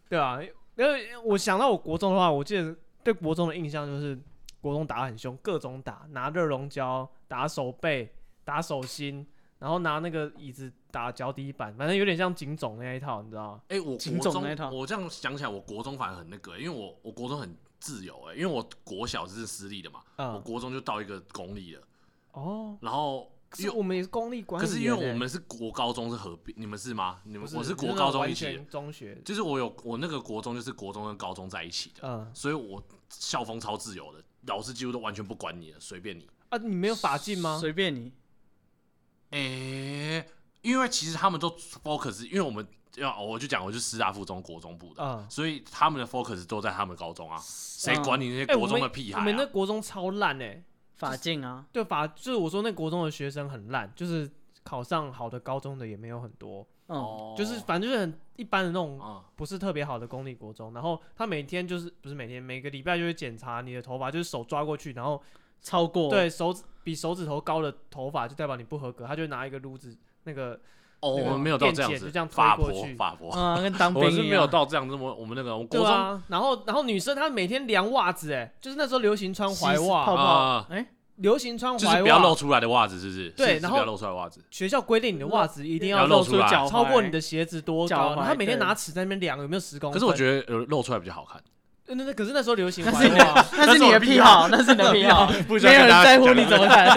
对吧、啊？因为我想到我国中的话，我记得对国中的印象就是国中打得很凶，各种打，拿热熔胶打手背、打手心，然后拿那个椅子打脚底板，反正有点像警总那一套，你知道吗？
哎、我
警
国
总
中
那一套
我这样想起来，我国中反而很那个、因为我我国中很自由、哎，因为我国小是私立的嘛，我
嗯，
国中就到一个公立了，
哦，
然后
可
因
是
为
我们也是公立管
可
理、欸
是因为我们是国高中是合并，你们是吗？你
不
们
是
我是
就
国
那
高
种
中
完
一起的
全，中学，
就是我有我那个国中就是国中跟高中在一起的，
嗯
所以我校风超自由的，老师几乎都完全不管你了，随便你。
啊，你没有法进吗？
随便你。
哎、因为其实他们都 focus，因为我们要我就讲我是师大附中国中部的，
嗯，
所以他们的 focus 都在他们高中啊，谁
嗯
管你那些
哎
国中
哦我
的
们
屁
我
孩
们那
啊？
国中超烂哎、
法镜啊，
对吧？就是我说那国中的学生很烂，就是考上好的高中的也没有很多，
嗯，
哦
就是反正就是很一般的那种，
啊，
不是特别好的公立国中。然后他每天就是不是每天每个礼拜就会检查你的头发，就是手抓过去，然后
超过，
哦
对手指比手指头高的头发就代表你不合格，他就拿一个撸子那个
哦，
那个
我们没有到这样
电
子
解就这样，推
法
过
婆
去
法婆，
嗯，跟当
我
兵
是
一
没
样
有到这样这么我们那个我们
啊
国
对
中
啊。然后然后女生她每天量袜子，哎，就是那时候流行穿
西
踝
式
袜
泡，
啊
泡，哎，
流行穿
就是
踝
不要露
袜，
出来的袜子，是不是？
对
是
然
是不
后
要露出来的袜子。
学校规定你的袜子一定
要
要
露
露
出来
脚踝，
超过你的鞋子多
脚
高？
踝
他每天
对
拿尺在那边量有没有十公分。
可是我觉得有露出来比较好看，
得，那那可是那时候流行
那
怀
是你的
袜，
那是你的癖好，那是你的癖好，
<laughs> 不
哦没有人在乎你
<laughs>
怎么看，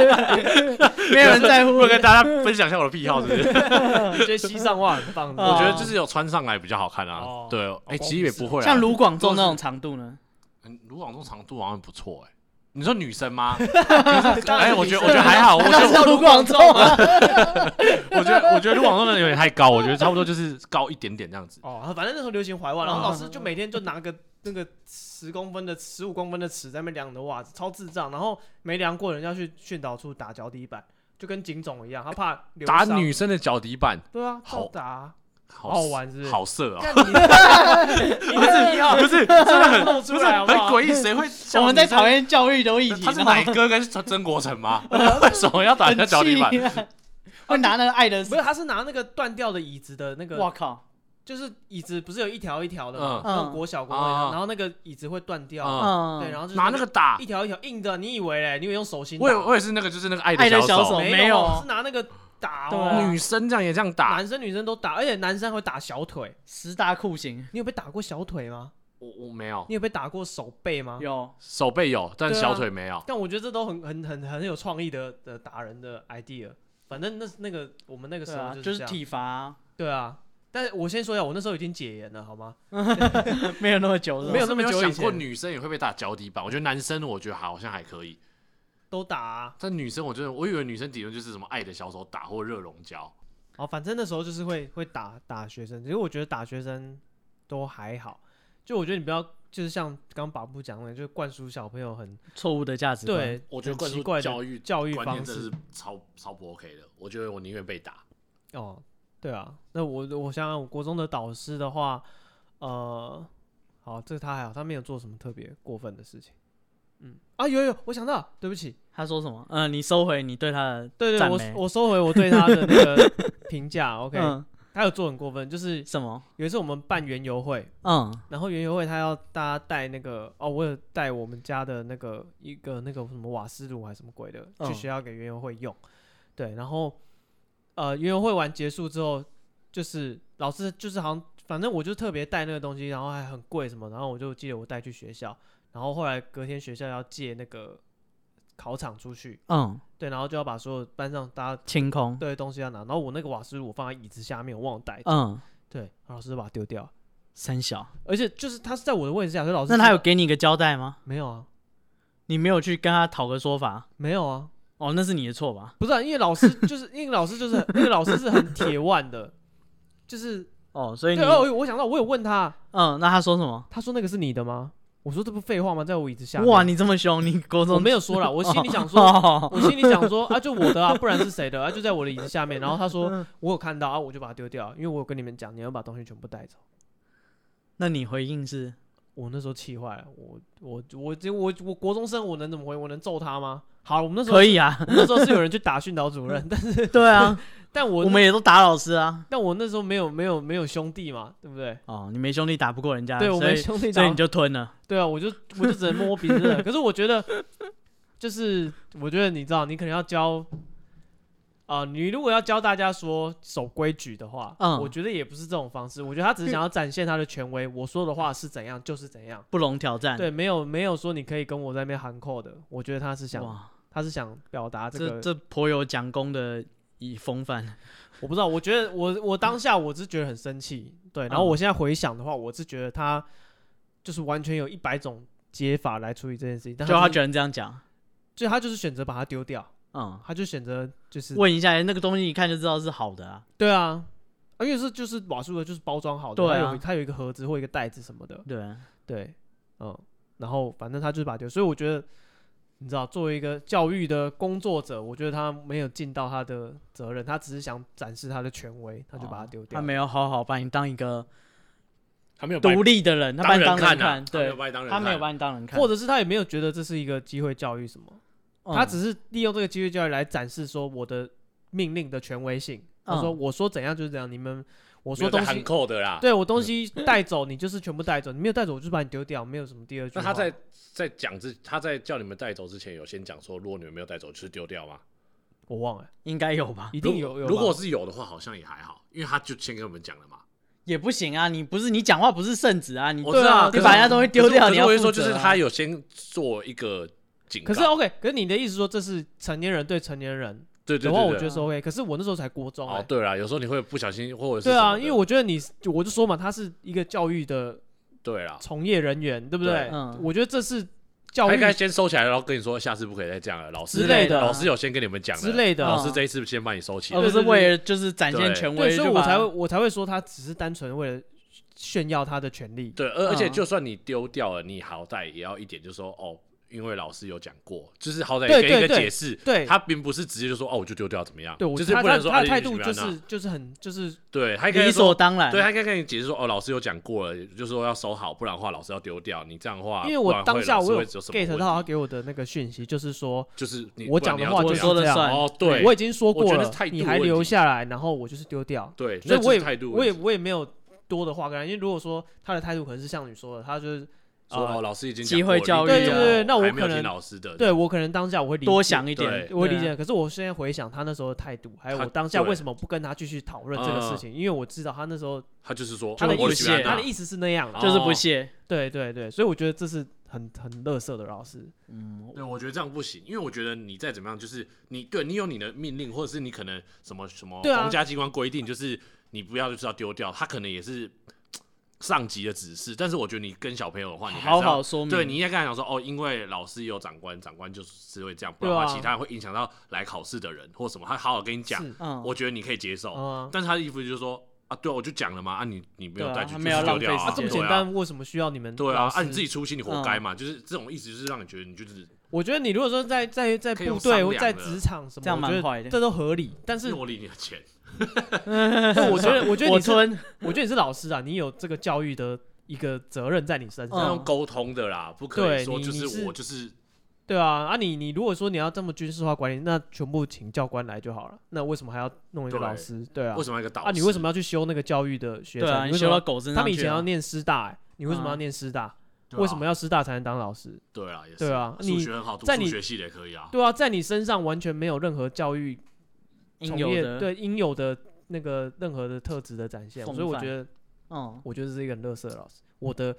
没有人在乎
我跟大家分享一下我的癖好，是不是？
我觉得西上袜很棒。
哦
我觉得就是有穿上来比较好看
哦
啊。对，哎，
哦
其实也不会啊。
像卢广仲那种长度呢？
嗯卢广仲长度好像不错哎。你说女生吗？
当然
哎，
是
我觉
女生
得我觉得还好，
<laughs>
我觉
那
得
是卢广仲啊，
我觉得我觉得卢广仲那有点太高，我觉得差不多就是高一点点这样子。
哦，反正那时候流行踝袜，然后
哦
老师就每天就拿个那个十公分的、十五公分的尺在那边量你的袜子，超智障。然后没量过，人家去训导处打脚底板，就跟警总一样，他怕流
打
伤
女生的脚底板，
对啊，
好
照打啊。
好
好玩是不是
好
<laughs>
色啊！
干
<laughs>
你的你的癖好
不是，真的很
露出来好不
很
好？
诡异，谁会？
我们在讨。厌教育的议题
他
吗，
是奶哥跟曾国成吗？为什么要打人家脚底板
很？气啊 <laughs> 会拿那个爱的
不，是，他是拿那个断掉的椅子的那个
我靠，
就是椅子不是有一条一条的嘛
嗯，
那种国小国中一条，
嗯
然后那个椅子会断掉，
嗯
嗯，
对，然后就是
拿那个打
一，条一条硬的，你以为嘞？你以为用手心打？
我也我也是那个，就是那个爱
爱的小
小
手没
没
有
哦是拿那个打
对啊
哦，
女生这样也这样打。
男生女生都打，而且男生还会打小腿。
十大酷刑
你有被打过小腿吗？
我我没有，
你有被打过手背吗？
有，
手背有，但
对啊
小腿没有。
但我觉得这都很很很很有创意的的打人的 idea。反正那那个我们那个
对
时
啊
候，
就是是
这样，
体罚啊， <laughs>
对啊。但是我先说一下，我那时候已经解严了，好吗？
没有那么久，是吧
没有
我是
那么
没
久
有
以
想过
前
女生也会被打脚底板。我觉得男生我觉得好像还可以，
都打、啊。
但女生我觉得我以为女生底论就是什么爱的小手打或热熔胶。
哦，反正那时候就是会会打打学生，其实我觉得打学生都还好，就我觉得你不要就是像刚把布讲的，就是灌输小朋友很
错误的价值观，
对
我觉得
很
灌
奇
输
怪的
教育
教育
观念
方
真的
式
是超超不 OK 的。我觉得我宁愿被打。
哦，对啊，那我我想想，我国中的导师的话，呃，好，这个他还好，他没有做什么特别过分的事情，嗯啊有有，我想到，对不起，
他说什么？嗯，你收回你对他的
对对，
赞
我
美
我收回我对他的那
<laughs>
个评价，OK，、
嗯
他有做很过分，就是
什么？
有一次我们办园游会，
嗯，
然后园游会他要大家带那个哦，我有带我们家的那个一个那个什么瓦斯炉还是什么鬼的，
嗯
去学校给园游会用。对，然后呃，园游会完结束之后，就是老师就是好像反正我就特别带那个东西，然后还很贵什么，然后我就记得我带去学校，然后后来隔天学校要借那个考场出去，
嗯，
对，然后就要把所有班上大家
清空，
对东西要拿，然后我那个瓦斯炉放在椅子下面，我忘了带，
嗯，
对，然后老师就把它丢掉，
三小。
而且就是他是在我的位置下，所以老师
那他
知
有
道
给你一个交代吗？
没有啊？
你没有去跟他讨个说法？
没有啊，
哦，那是你的错吧？
不是、啊，因为老师就是因为老师就是很因为老师是很铁腕的，就是
哦，所以
对
你，
哦，我想到我有问他，
嗯，那他说什么？
他说那个是你的吗？我说这不废话吗？在我椅子下面。
哇，你这么凶，你国
我
中
没有说啦，我心里想说，
<laughs> 哦，
我心里想说啊，就我的啊，不然是谁的啊？就在我的椅子下面。然后他
嗯
说我有看到啊，我就把它丢掉，因为我有跟你们讲，你要把东西全部带走。
那你回应是
我那时候气坏了，我我我我我我国中生，我能怎么回？我能揍他吗？好，我们那时候
可以啊？
<laughs> 我们那时候是有人去打训导主任，但是
对啊，
但我
<laughs> 我们也都打老师啊。
但我那时候没有没有没有兄弟嘛，对不对？
哦，你没兄弟打不过人家，
对，我
啊所
们
以
兄弟
所
打
以你就吞了。
对啊，我就我就只能摸摸鼻子
<laughs>
了。可是我觉得，就是我觉得你知道，你可能要教啊、你如果要教大家说守规矩的话，
嗯
我觉得也不是这种方式。我觉得他只是想要展现他的权威，我说的话是怎样就是怎样。
不容挑战。
对，没有没有说你可以跟我在那边喊扣的。我觉得他是想
哇，
他是想表达这
这
个，
这颇有蒋公的以风范。
我不知道。我觉得我我当下我是觉得很生气，对。然后
嗯
我现在回想的话，我是觉得他就是完全有一百种解法来处理这件事情，但
就他
就
居然这样讲，
就他就是选择把它丢掉，
嗯，
他就选择就是
问一下那个东西，一看就知道是好的啊。
对啊，啊因为是就是瓦数的，就是包装好的，
对啊
它有它有一个盒子或一个袋子什么的，
对啊，
对，嗯，然后反正他就是把它丢，所以我觉得你知道，作为一个教育的工作者，我觉得他没有尽到他的责任，他只是想展示他的权威，他就把它
哦
丢掉。
他没有好好把你当一个
他没有把你
独立的人，他把你当
人
人
啊
看，
他没有
对，
把你当人
他没有
看
把你当人看，
或者是他也没有觉得这是一个机会教育什么，
嗯
他只是利用这个机会教育来展示说我的命令的权威性。他说：“
嗯
我说怎样就是怎样，你们我
我
说东西
含扣的啦。
对我东西带走，你就是全部带走，你没有带走，我就是把你丢掉，没有什么第二句
那
话。
他在在讲之，他在叫你们带走之前，有先讲说，如果你们没有带走，就是丢掉吗？
我忘了，
应该有吧？
一定有有吧。
如果是有的话，好像也还好，因为他就先跟我们讲了嘛。
也不行啊，你不是你讲话不是圣旨啊，你
我
对
知
啊
道，
你
对
把人家东西丢掉，
可
你
是
要
我是
负责
说，
啊
就是他有先做一个警告。
可是哦 OK，可是你的意思说这是成年人对成年人
对对
的话，啊我
对
觉
对。
得是 OK。可是我那时候才国中、欸，
哦，对啦，有时候你会不小心，或者是
对
什
啊，
么的
因为我觉得你，我就说嘛，他是一个教育的
对啦，
从业人员，对不对？
对
嗯
我觉得这是教
他
育
应该先收起来，然后跟你说下次不可以再这样了，老师
之类的
老师有先跟你们讲了
之类的。哦
嗯
老师这一次先把你收起
而
来。
不是
对对对
为了就是展现权
对，
威，
所以
就
我
把
才会我才会说他只是单纯为了炫耀他的权利。
对，而而且
嗯
就算你丢掉了，你好歹也要一点，就是说哦，因为老师有讲过，就是好歹
对
给一
对
个
对
解释。
对
他并不是直接就说哦，我就丢掉怎么样，
对，我
就
觉
是
得
不
他
能说
他
啊
的
你
态
你
度
怎么
就
样啊
是就是很就是
对，他应该
理
说
所当然。
对他应该跟你解释说，哦，老师有讲过了，就说要收好，不然的话老师要丢掉。你这样的话，
因为
啊不
我
然
当
会
下
老师
我有
会有什么
get
问
到他
题
给我的那个讯息，就是说
就是你
我
不然
讲
你
的
要
话
怎
就
我
是
么
说
样
了
这样，
算
哦，对，
我已经说过
我觉得
了
是态，度
你还
问题
留下来，然后我就是丢掉，
对，
所以
那
我
是
也
态度
我
问
也
题，
我也没有多的话跟他，因为如果说他的态度可能是像你说的，他就是
说
呃
哦，老师已经
机
讲
会
过
教
你
育啊
没有
对对对那我
哦还没有
可能
听老师的，
对我可能当下我会理解
多，想一点
对，
我会理
对
解。
啊。
可是我现在回想他那时候的态度，还有
他
我当下
对嗯
为什么不跟他继续讨论这个事情，因为我知道他那时候
他就是说
他的
哦我
意
不
思
喜
屑
欢
他
他哦
的意思是那样啦，啊
就是不屑。
对对对，所以我觉得这是很很乐色的老师，
嗯，
对，我觉得这样不行，因为我觉得你再怎么样，就是你对你有你的命令，或者是你可能什么什么
对啊
皇家机关规定，就是你不要就是要丢掉，他可能也是嘖上级的指示。但是我觉得你跟小朋友的话，你还是要
好好说明。
对，你应该跟他讲说，哦，因为老师也有长官，长官就是会这样，不然的
对
话，
啊
其他人会影响到来考试的人或什么。他好好跟你讲，
是
嗯，
我觉得你可以接受。
啊，
但是他的衣服就是说，啊，对啊，我就讲了嘛，啊你，你没有
对啊
带去，
他
就
没有
是丢
浪费
掉
时
啊，
这么
间
简
对啊。
单，为什么需要你们？
对啊，啊，
按
你自己。粗心，你活
嗯
该嘛，就是这种意思，就是让你觉得你就是
我觉得你如果说在在在
可以用
部队
商
或
量
在
的
职场什么，
这样
我觉
蛮
得
坏的。
这都合理。但是
我理你的钱。
但我觉得，我觉得
我
你是，我
吞，
觉得你是老师啊，你有这个教育的一个责任在你身
是
上。
要
嗯
用沟通的啦，不可
对
以说
你
就
你是
我就是
对啊，啊你你如果说你要这么军事化管理，那全部请教官来就好了。那为什么还要弄一个
对
老师？对啊
为，什么要一个导
啊你为什
么
么要去修那个教育的学
对啊，
生？
你
为什
修
么
到
要
狗身上去了。啊
他们以前要念师大，欸你为什么要
嗯
念师大？为什么？要师大才能当老师？
对啊，也啊是
对啊
数
你
学很好，读
在
数
你
学系的也可以啊。
对啊，在你身上完全没有任何教育
应
从
有
业
的
对应有的那个任何的特质的展现，
风
所以我
范
觉得
嗯，
我觉得是一个很垃圾的老师。我的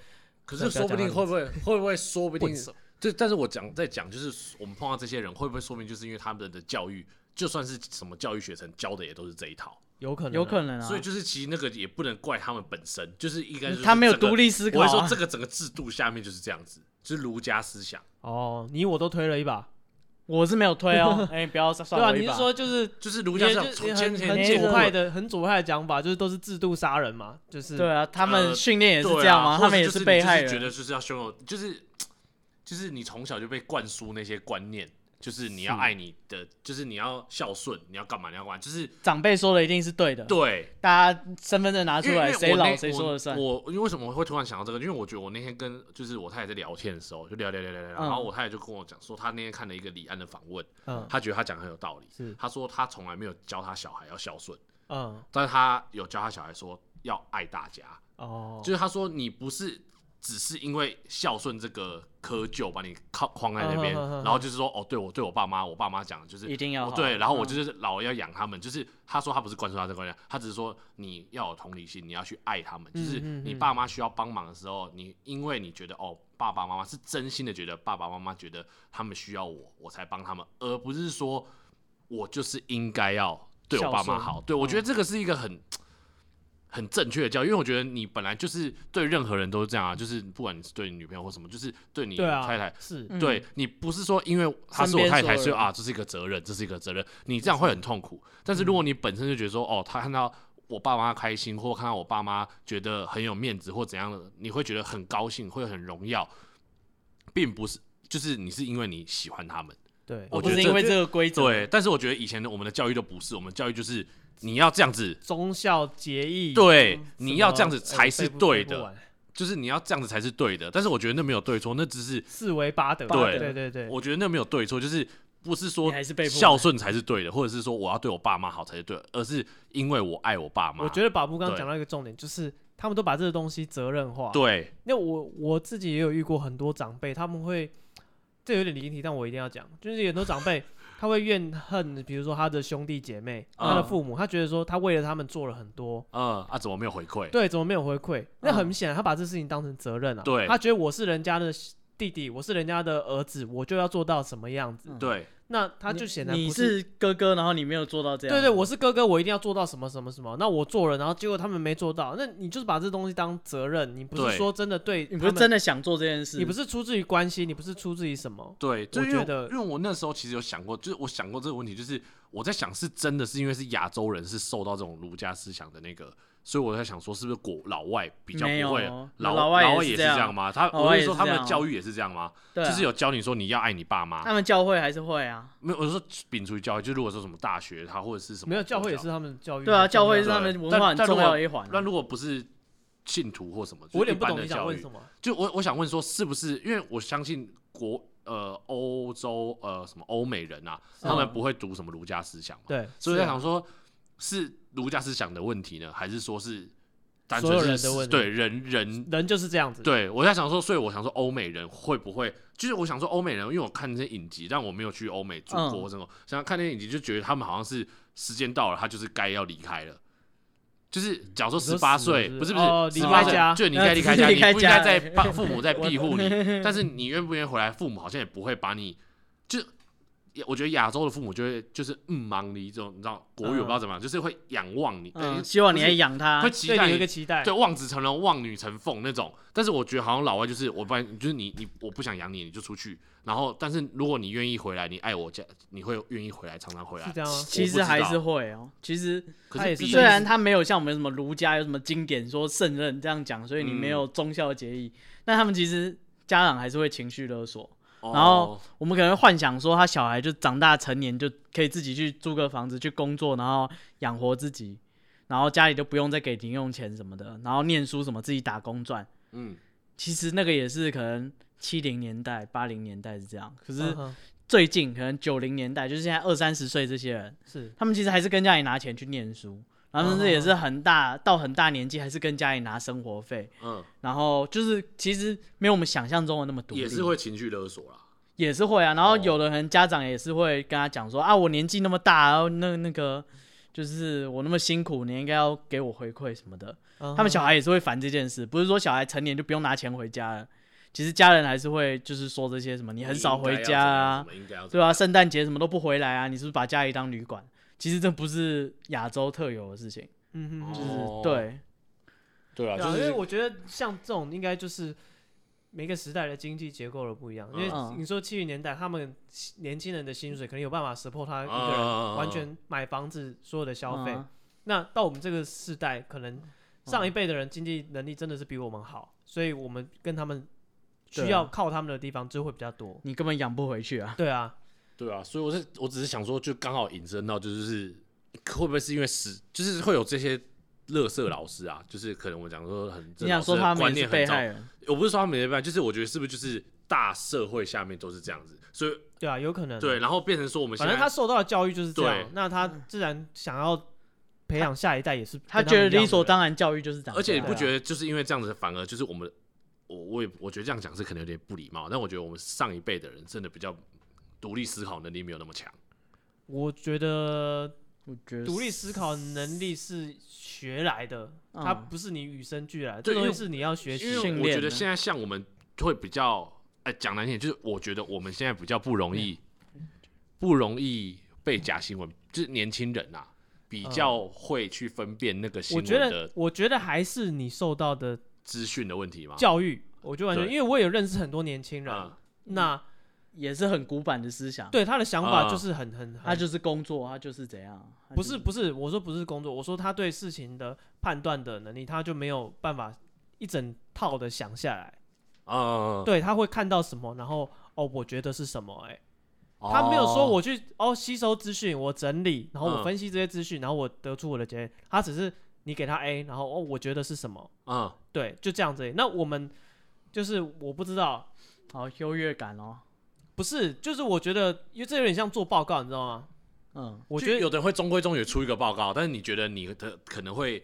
可
那
是
不要
说
讲
不
他
定
名
会不会会不会说不定
笨手
就但是我讲在讲就是我们碰到这些人会不会说明就是因为他们的教育就算是什么教育学程教的也都是这一套，
有可能啊，
有可能啊，
所以就是其实那个也不能怪他们本身，就是应该就是
他没有
整个
独立思考、
我
啊。
会说这个整个制度下面就是这样子，就是儒家思想。
哦，你我都推了一把，
我是没有推
<laughs>
哦，哎、不要
对
算
啊，
我
你
一把。
是说就是
就是儒家思想
就是
从
很
前前
很
前
左派的很左派的讲法，就是都是制度杀人嘛，就是
对啊，他们
呃
训练也是
对啊
这样吗？
或者
他们也
就是
被
你就
害人。
觉得就是要胸有，就是就是你从小就被灌输那些观念，就是你要爱你的，就是你要孝顺，你要干嘛你要干嘛，就是
长辈说的一定是对的，
对。
大家身份嗯证拿出
因为
来，
因为
谁
我那
老谁说了算。
我我因为为什么会突然想到这个？因为我觉得我那天跟就是我太太在聊天的时候，就聊聊聊聊聊，
嗯
然后我太太就跟我讲说，她那天看了一个李安的访问，
嗯
她觉得她讲得很有道理。
是
她说她从来没有教她小孩要孝顺，
嗯
但是她有教她小孩说要爱大家。
哦，
就是他说你不是只是因为孝顺这个窠臼把你框框在那边，
嗯嗯嗯嗯嗯
然后就是说哦，对我对我爸妈，我爸妈讲的就是
一定要
我
好
对，然后我
嗯
就是老要养他们，就是他说他不是灌输他这个观念，他只是说你要有同理心，你要去爱他们，就
嗯
是
嗯
你
嗯
爸妈需要帮忙的时候，你因为你觉得哦。爸爸妈妈是真心的觉得爸爸妈妈觉得他们需要我，我才帮他们，而不是说我就是应该要对我
孝
爸妈
顺
好。对我觉得这个是一个很很正确的教育，因为我觉得你本来就是对任何人都是这样啊，就是不管你是对你女朋友或什么，就是对你
对啊，
太太，
是
嗯
对你不是说因为她是我
身边
太太，
所有
所
人
以啊，这是一个责任，这是一个责任，你这样会很痛苦。但是如果
嗯
你本身就觉得说，哦，他看到我爸妈开心，或看到我爸妈觉得很有面子或怎样的，你会觉得很高兴，会很荣耀，并不是就是你是因为你喜欢他们。
对，
我
我
不
觉得
是
这
因为这个规则，
对，但是我觉得以前的我们的教育都不是，我们教育就是你要这样子，
忠孝节义，
对
嗯，
你
什
要
么
这样子
哎
才
我
是
背不
对
背不
的
完
就是你要这样子才是对的。但是我觉得那没有对错，那只是
四维八德，
对
对对对，
我觉得那没有对错，就是不是
你
说
还是被迫
孝顺才是对的，或者是说我要对我爸妈好才是对的，而是因为我爱我爸妈。
我觉得
得
把布刚
对
讲到一个重点，就是他们都把这个东西责任化。，
对，
那我我自己也有遇过很多长辈，他们会这有点离题，但我一定要讲，就是很多长辈他会怨恨，比如说他的兄弟姐妹、他的
嗯
父母，他觉得说他为了他们做了很多，
嗯啊，怎么没有回馈？
对，怎么没有回馈？那很显然，他把这事情当成责任啊。
嗯对
他觉得我是人家的弟弟，我是人家的儿子，我就要做到什么样子。
嗯
对，
那他就显然
你
不
是哥哥，然后你没有做到这样。
对对，我是哥哥，我一定要做到什么什么什么。那我做了，然后结果他们没做到，那你就是把这东西当责任，你不
对
是说真的对，
你不是真，的想做这件事，
你不是出自于关心，你不是出自于什么？
对，就
我
因为
觉得
因为我那时候其实有想过，就是我想过这个问题，就是我在想是真的是因为是亚洲人是受到这种儒家思想的那个。所以我在想说，是不是国老外比较
没有
不会
哦，
老
老外也
外
是
也
这
这
样
样吗？他
老
我
外
是
也
说
是
他们的
这样
教育也是这样吗？
对啊
就是有教你说你要爱你爸妈
他，们教会还是会啊，
没有我是说摒除于教育，就如果说什么大学他或者是什么
没有，教会也
宗
是他们
嗯
教育很重
对
要。
啊，教会是
对
他们文
但
化很
但
重
如果
要的一环啊。
那如果不是信徒或什么，就是
我有点
一
不
般
懂
的
你想
教
问
育
什么。
就我我想问说，是不是因为我相信国呃欧洲呃什么欧美人啊，
是啊
他们不会读什么儒家思想嘛？
对，
所以我在
是啊
想说，是儒家思想的问题呢，还是说是单
所有
纯
人
是
的问题
对人人
人就是这样子。
对，我在想说，所以我想说，欧美人会不会？就是我想说，欧美人，因为我看那些影集，但我没有去欧美住
嗯
过或什么，想看那些影集就觉得他们好像是时间到了，他就是该要离开了。就是假如说
你说
十八
死了
岁，
是不
不
是
是不是
哦
18
离开
岁
家
就你
呃
该离开
<laughs>
只
家，
是
你
离开
不应该
家
在爸父母在庇护你，但是你愿不愿意回来，父母好像也不会把你就。我觉得亚洲的父母就会就是嗯忙你这种，你知道国语我不知
嗯
道怎么样，就是会仰望你，
嗯，
呃
希望
不
你
是
来养他
会。期
啊对
待
你有
你
一个期待。
对，望子成龙、望女成凤那种。但是我觉得好像老外就是，我不然就是你你我不想养你，你就出去。然后，但是如果你愿意回来，你爱我家，你会愿意回来，常常回来
是。这样吗？
其
我不
实
知
还是
道
会哦，其实
啊可
他也是
比
这
虽
样
然他没有像我们什么儒家有什么经典说圣人这样讲，所以你
嗯
没有忠孝节义，但他们其实家长还是会情绪勒索。
哦
然后我们可能会幻想说，他小孩就长大成年就可以自己去租个房子去工作，然后养活自己，然后家里就不用再给零用钱什么的，然后念书什么自己打工赚。
嗯，
其实那个也是可能七零年代、八零年代是这样，可
嗯
是
哼
最近可能九零年代，就是现在二三十岁这些人，
是
他们其实还是跟家里拿钱去念书，然后甚至也是很
哦
大到很大年纪还是跟家里拿生活费，
嗯，
然后就是其实没有我们想象中的那么独立，
也是会情绪勒索啦。
也是会啊，然后
哦
有的人家长也是会跟他讲说、啊，我年纪那么大，然后那那个就是我那么辛苦，你应该要给我回馈什么的。
他
哦
他们小孩也是会烦这件事，不是说小孩成年就不用拿钱回家了，其实家人还是会就是说这些什么你很少回家啊，
应该要怎
对
么样，
啊，圣诞节什么都不回来啊，你是不是把家里当旅馆？其实这不是亚洲特有的事情，
嗯哼
就
哼
是、
哦
对
对啊，
对
就
啊，因为
是
我觉得像这种应该就是每个时代的经济结构的不一样。因为
嗯
你说七零年代他们年轻人的薪水可能有办法识破他一个人
嗯
完全买房子所有的消费。
嗯
那到我们这个世代，可能上一
嗯
辈的人经济能力真的是比我们好，所以我们跟他们
对
需
啊
要靠他们的地方就会比较多。
你根本养不回去啊。
对啊，
对啊，所以我是我只是想说，就刚好引申到就是会不会是因为时就是会有这些乐色老师啊，就是可能我讲说很
你想说
这老
他
师的观
们也
念
是被
很糟
害，人，
我不是说他们没办法，就是我觉得是不是就是大社会下面都是这样子，所以
对啊，有可能。
对，，然后变成说我们现
反
在
正他受到的教育就是这
对
样，那他自然想要培养下一代也是
他
跟
觉得
们一样
理所
的人
当然，教育就是长这样。
而且你不
对啊
觉得就是因为这样子，反而就是我们，我我也我觉得这样讲是可能有点不礼貌，但我觉得我们上一辈的人真的比较独立思考能力没有那么强。
我觉得
我觉得
独立思考能力是学来的，
嗯
它不是你与生俱来，这
对
东
因
西
为
是你要学习
因
的。
为
训
我
练
觉得
呢
现在像我们会比较，哎、讲难听，点，就是我觉得我们现在比较不容易，
嗯
不容易被假新闻，就是年轻人啊，比较会去分辨那个
嗯
新
我
闻
觉
的
得，我觉得还是你受到的
资讯的问题嘛。
教育，我就完全，
啊对
因为我也认识很多年轻人，
啊，
那
嗯也是很古板的思想，
对他的想法
啊
就是很很很，
他就是工作，他就是怎样，他
不
就是
不是，我说不是工作，我说他对事情的判断的能力，他就没有办法一整套的想下来，
啊，
对他会看到什么，然后哦，我觉得是什么、欸，
哦
他没有说我去哦吸收资讯，我整理，然后
嗯
我分析这些资讯，然后我得出我的结论。他只是你给他 A，然后哦我觉得是什么，
嗯，
对，就这样子而已。那我们就是我不知道，
好优越感哦，
不是，就是我觉得，因为这有点像做报告，你知道吗？
嗯，
我
就
觉得
有的人会中规中矩出一个报告，但是你觉得你的可能会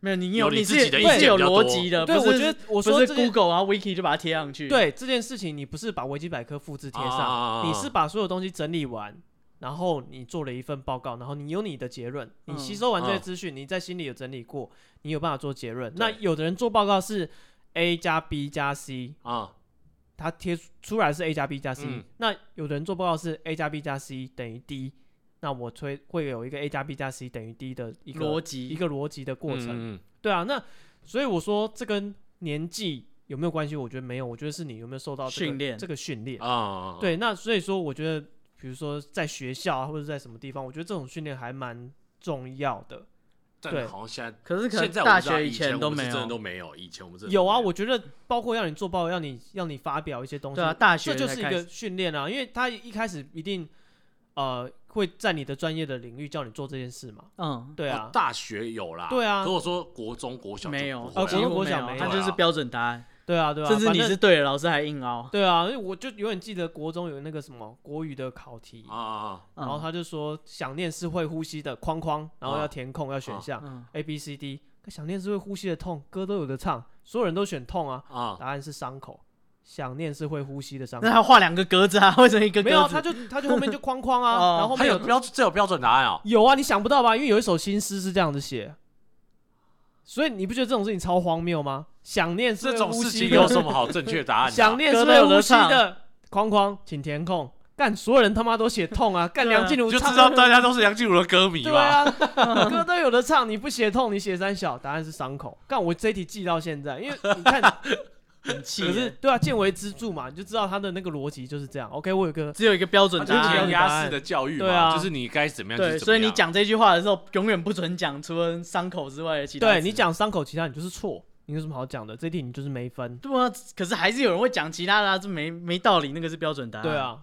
没有你
有你
你
自己的
是
意见
是有
比较
逻
多
辑的，
对，
不是
我觉得我
不
说
是
这件
Google 然后 Wiki 就把它贴上去，，
对这件事情，你不是把维基百科复制贴上，
啊啊啊啊
你是把所有东西整理完，然后你做了一份报告，然后你有你的结论，你
嗯
吸收完这些
嗯
资讯，你在心里有整理过，你有办法做结论。
对
那有的人做报告是 A 加 B 加 C，
啊，
他贴出来是 A 加 B 加 C，、
嗯
那有的人做报告是 A 加 B 加 C 等于 D，那我推会有一个 A 加 B 加 C 等于 D 的一
逻
个
辑
一个逻辑的过程。
嗯嗯嗯
对啊，那所以我说这跟年纪有没有关系？我觉得没有，我觉得是你有没有受到这个
训练哦
这个训练。
啊，
对，那所以说我觉得，比如说在学校啊，或者在什么地方，我觉得这种训练还蛮重要的。
但
对
好像现在
可是可
现在
能
我
大
不知道
学
以
前
我
都
们是
没
真的都
有，
没有，以前我们真的
有啊，
没
我觉得包括要你做报，要你要你发表一些东西，
对啊，大学
这就
才
是一
开
个
始
训练啊，因为他一开始一定呃会在你的专业的领域叫你做这件事嘛。
嗯，
对
哦
啊，
大学有啦，
对啊
如果说国中、哦国小就
没
不
有，
会
啊
了
国
几
中
乎
国
没
小
有
没
它
有
就是
啊
标准答案，
对啊，对啊，
甚至
反
你
正
是对的，老师还硬凹，
对啊，因为我就永远记得国中有那个什么国语的考题，
啊啊，啊
然后
嗯
他就说想念是会呼吸的框框，然后
啊
要填空要选
啊
项
嗯
A B C D，可想念是会呼吸的痛，歌都有的唱，所有人都选痛啊，
啊
答案是伤口，想念是会呼吸的伤口
那，他画两个格子啊， <laughs> 为什么一个
没有啊，
格
他
子？
就他就后面就框框
<laughs>
啊，
哦
然后后
还
面
有标这有标准答案哦，
有啊，你想不到吧？因为有一首新诗是这样子写，所以你不觉得这种事情超荒谬吗？想念是
这
会
种
呼
事
吸
情
的
有
<laughs>
什么好正确答案的啊？
想念是
歌都
会
有
呼
得
吸
唱
的框框，请填空。干，所有人他妈都写痛啊！干
对啊
梁静茹
就
唱
知道大家都是梁静茹的歌迷
对
吧？
啊，
<laughs>
歌都有的唱，你不写痛，你写三小，答案是伤口。干，我这一题记到现在，因为你
<laughs>
看，
很气
可是
耶，
对啊，见微知著嘛，你就知道他的那个逻辑就是这样。OK，我有个
只有一个标
它
准
就
答
他
是
案
填
填
答，
鸭
案
式的教育
对啊
嘛，就是你该怎么样就
对，
是怎
所
么
以你
样。
讲这句话的时候，永远不准讲除了伤口之外的其他词。
对你讲伤口，其他你就是错，你有什么好讲的？这一题你就是没分。
对啊，可是还是有人会讲其他的、啊，这没没道理，那个是标准答案。
对，啊，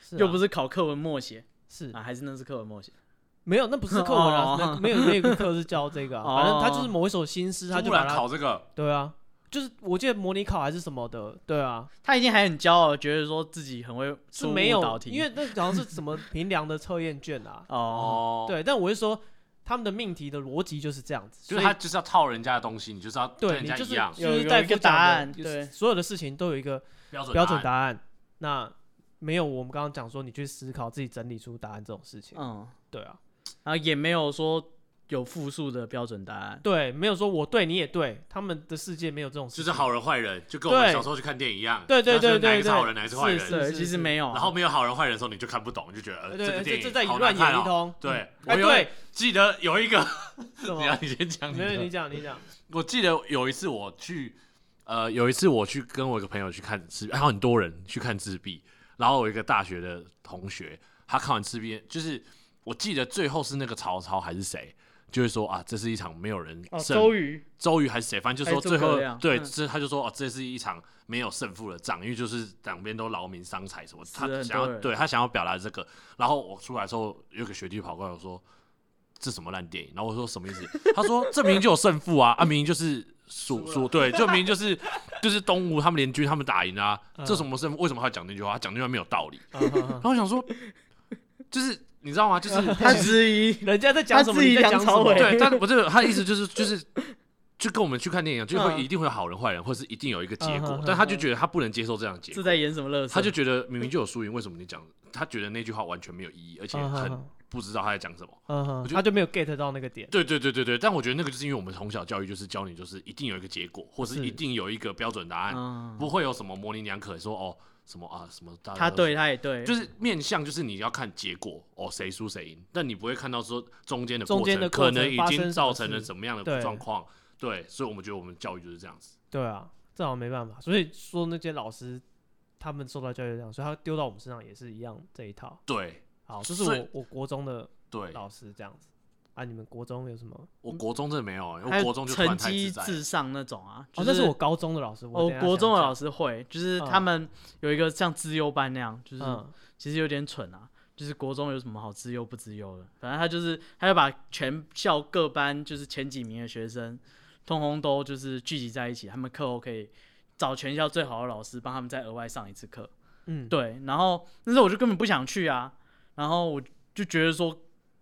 是啊
又不是考课文默写
是
啊，还是那是课文默写。
没有，那不是课文啊
哦，
那没有没有一个课是教这
<laughs>
个啊，反正他就是
哦
某一首新诗，他就
突
把
然
它
考这个，
对啊，就是我记得模拟考还是什么的，对啊，
他一定还很骄傲，觉得说自己很会
是
出
没
导
有，
题，
因为那好像是什么平凉的测验卷啊，
哦，
哦，，
对，但我是说他们的命题的逻辑就是这样子，
就
所
是他
以
就是要套人家的东西，你就是要跟
对
人
你
家
就
一
是
样
就
有
是
有
在
一个
复
答
讲的
案
就是
对
所有的事情都有一个
标准
标准
答
答案，那没有我们刚刚讲说你去思考自己整理出答案这种事情，
嗯，
对啊，
然后也没有说有复数的标准答案。
对，没有说我对你也对，他们的世界没有这种事
就
情，
是好人坏人，就跟我们
对
小时候去看电影一样，
对对
那就是
对
哪
对
一个是
对，
好人，哪一个是坏
是
人，
对，其实没有。啊
然后没有好人坏人的时候，你就看不懂，就觉得呃
对
这个
对，
电
这
影
这在
好
乱
难看
演一
哦。
通，
对，我
哎
有
对，
记得有一个， <laughs>
什
你要
么？
你先讲你
没有，
的，
你讲你讲，
我记得有一次我去，呃，有一次我去跟我一个朋友去看自闭，还有很多人去看自闭，然后我一个大学的同学，他看完自闭，就是我记得最后是那个曹操还是谁，就是说啊，这是一场没有人
哦，
胜
周
<laughs>
瑜
周瑜还是谁，反正就
还
说
是
最
诸葛
后
亮
对，
嗯
这他就说哦，这是一场没有胜负的仗，因为就是两边都劳民伤财什么，
死
他
了很
想
多
要
人
对他想要表达这个。然后我出来的时候，有个学弟跑过来我说这什么烂电影，然后我说什么意思？ <laughs> 他说这明明就有胜负啊，啊明明就是输输，对，就明明就是 <laughs> 就是东吴他们联军他们打赢了啊，
嗯
这什么胜负？为什么他要讲那句话？他讲那句话没有道理。
啊哈哈
然后我想说，就是你知道吗？就是
他之
<laughs>
一，
<laughs> 人家在讲什么？
他自己
你在讲
梁
什
朝
么？
伟
对，但我这个他的意思就是就是。就跟我们去看电影一样，就会
嗯
一定会有好人坏人，或是一定有一个结
嗯
果，
哼哼
但他就觉得他不能接受这样的结
这
果，
在演什么乐色？
他就觉得明明就有输赢，为什么你讲？他觉得那句话完全没有意义，而
<laughs>
且
嗯
很
哼
不知道他在讲什么。
嗯哼
我觉得
他就没有 get 到那个点，
对对对对对，但我觉得那个就是因为我们从小教育就是教你，就是一定有一个结果，或是
是
一定有一个标准答案，
嗯，
不会有什么模棱两可，说哦什么啊什么大家
他
都
对，他也对，
就是面向，就是你要看结果哦，谁输谁赢，但你不会看到说中间的
中
过
间的过
可
程
能已
发生什
经
么
造成了
事
什么样的
对
状况。对，所以我们觉得我们教育就是这样子。
对啊，这好像没办法。所以说那些老师他们受到教育这样，所以他丢到我们身上也是一样这一套。
对
好，这是
所以
我我国中的
对，
老师这样子啊。你们国中有什么？
我国中真的没有、欸，
还
我
有
国中就突
成
然太
绩
自在了。
至上那种啊。就
哦，那是我高中的老师，
我
等一下
国中的
想
老师会，就是
嗯
他们有一个像资优班那样，就是
嗯
讲，嗯
其实有点蠢啊。就是国中有什么好资优不资优的，反正他就是他就把全校各班就是前几名的学生，通通都就是聚集在一起，他们课后可以找全校最好的老师帮他们再额外上一次课。
嗯嗯，
对，然后那时候我就根本不想去啊，然后我就觉得说，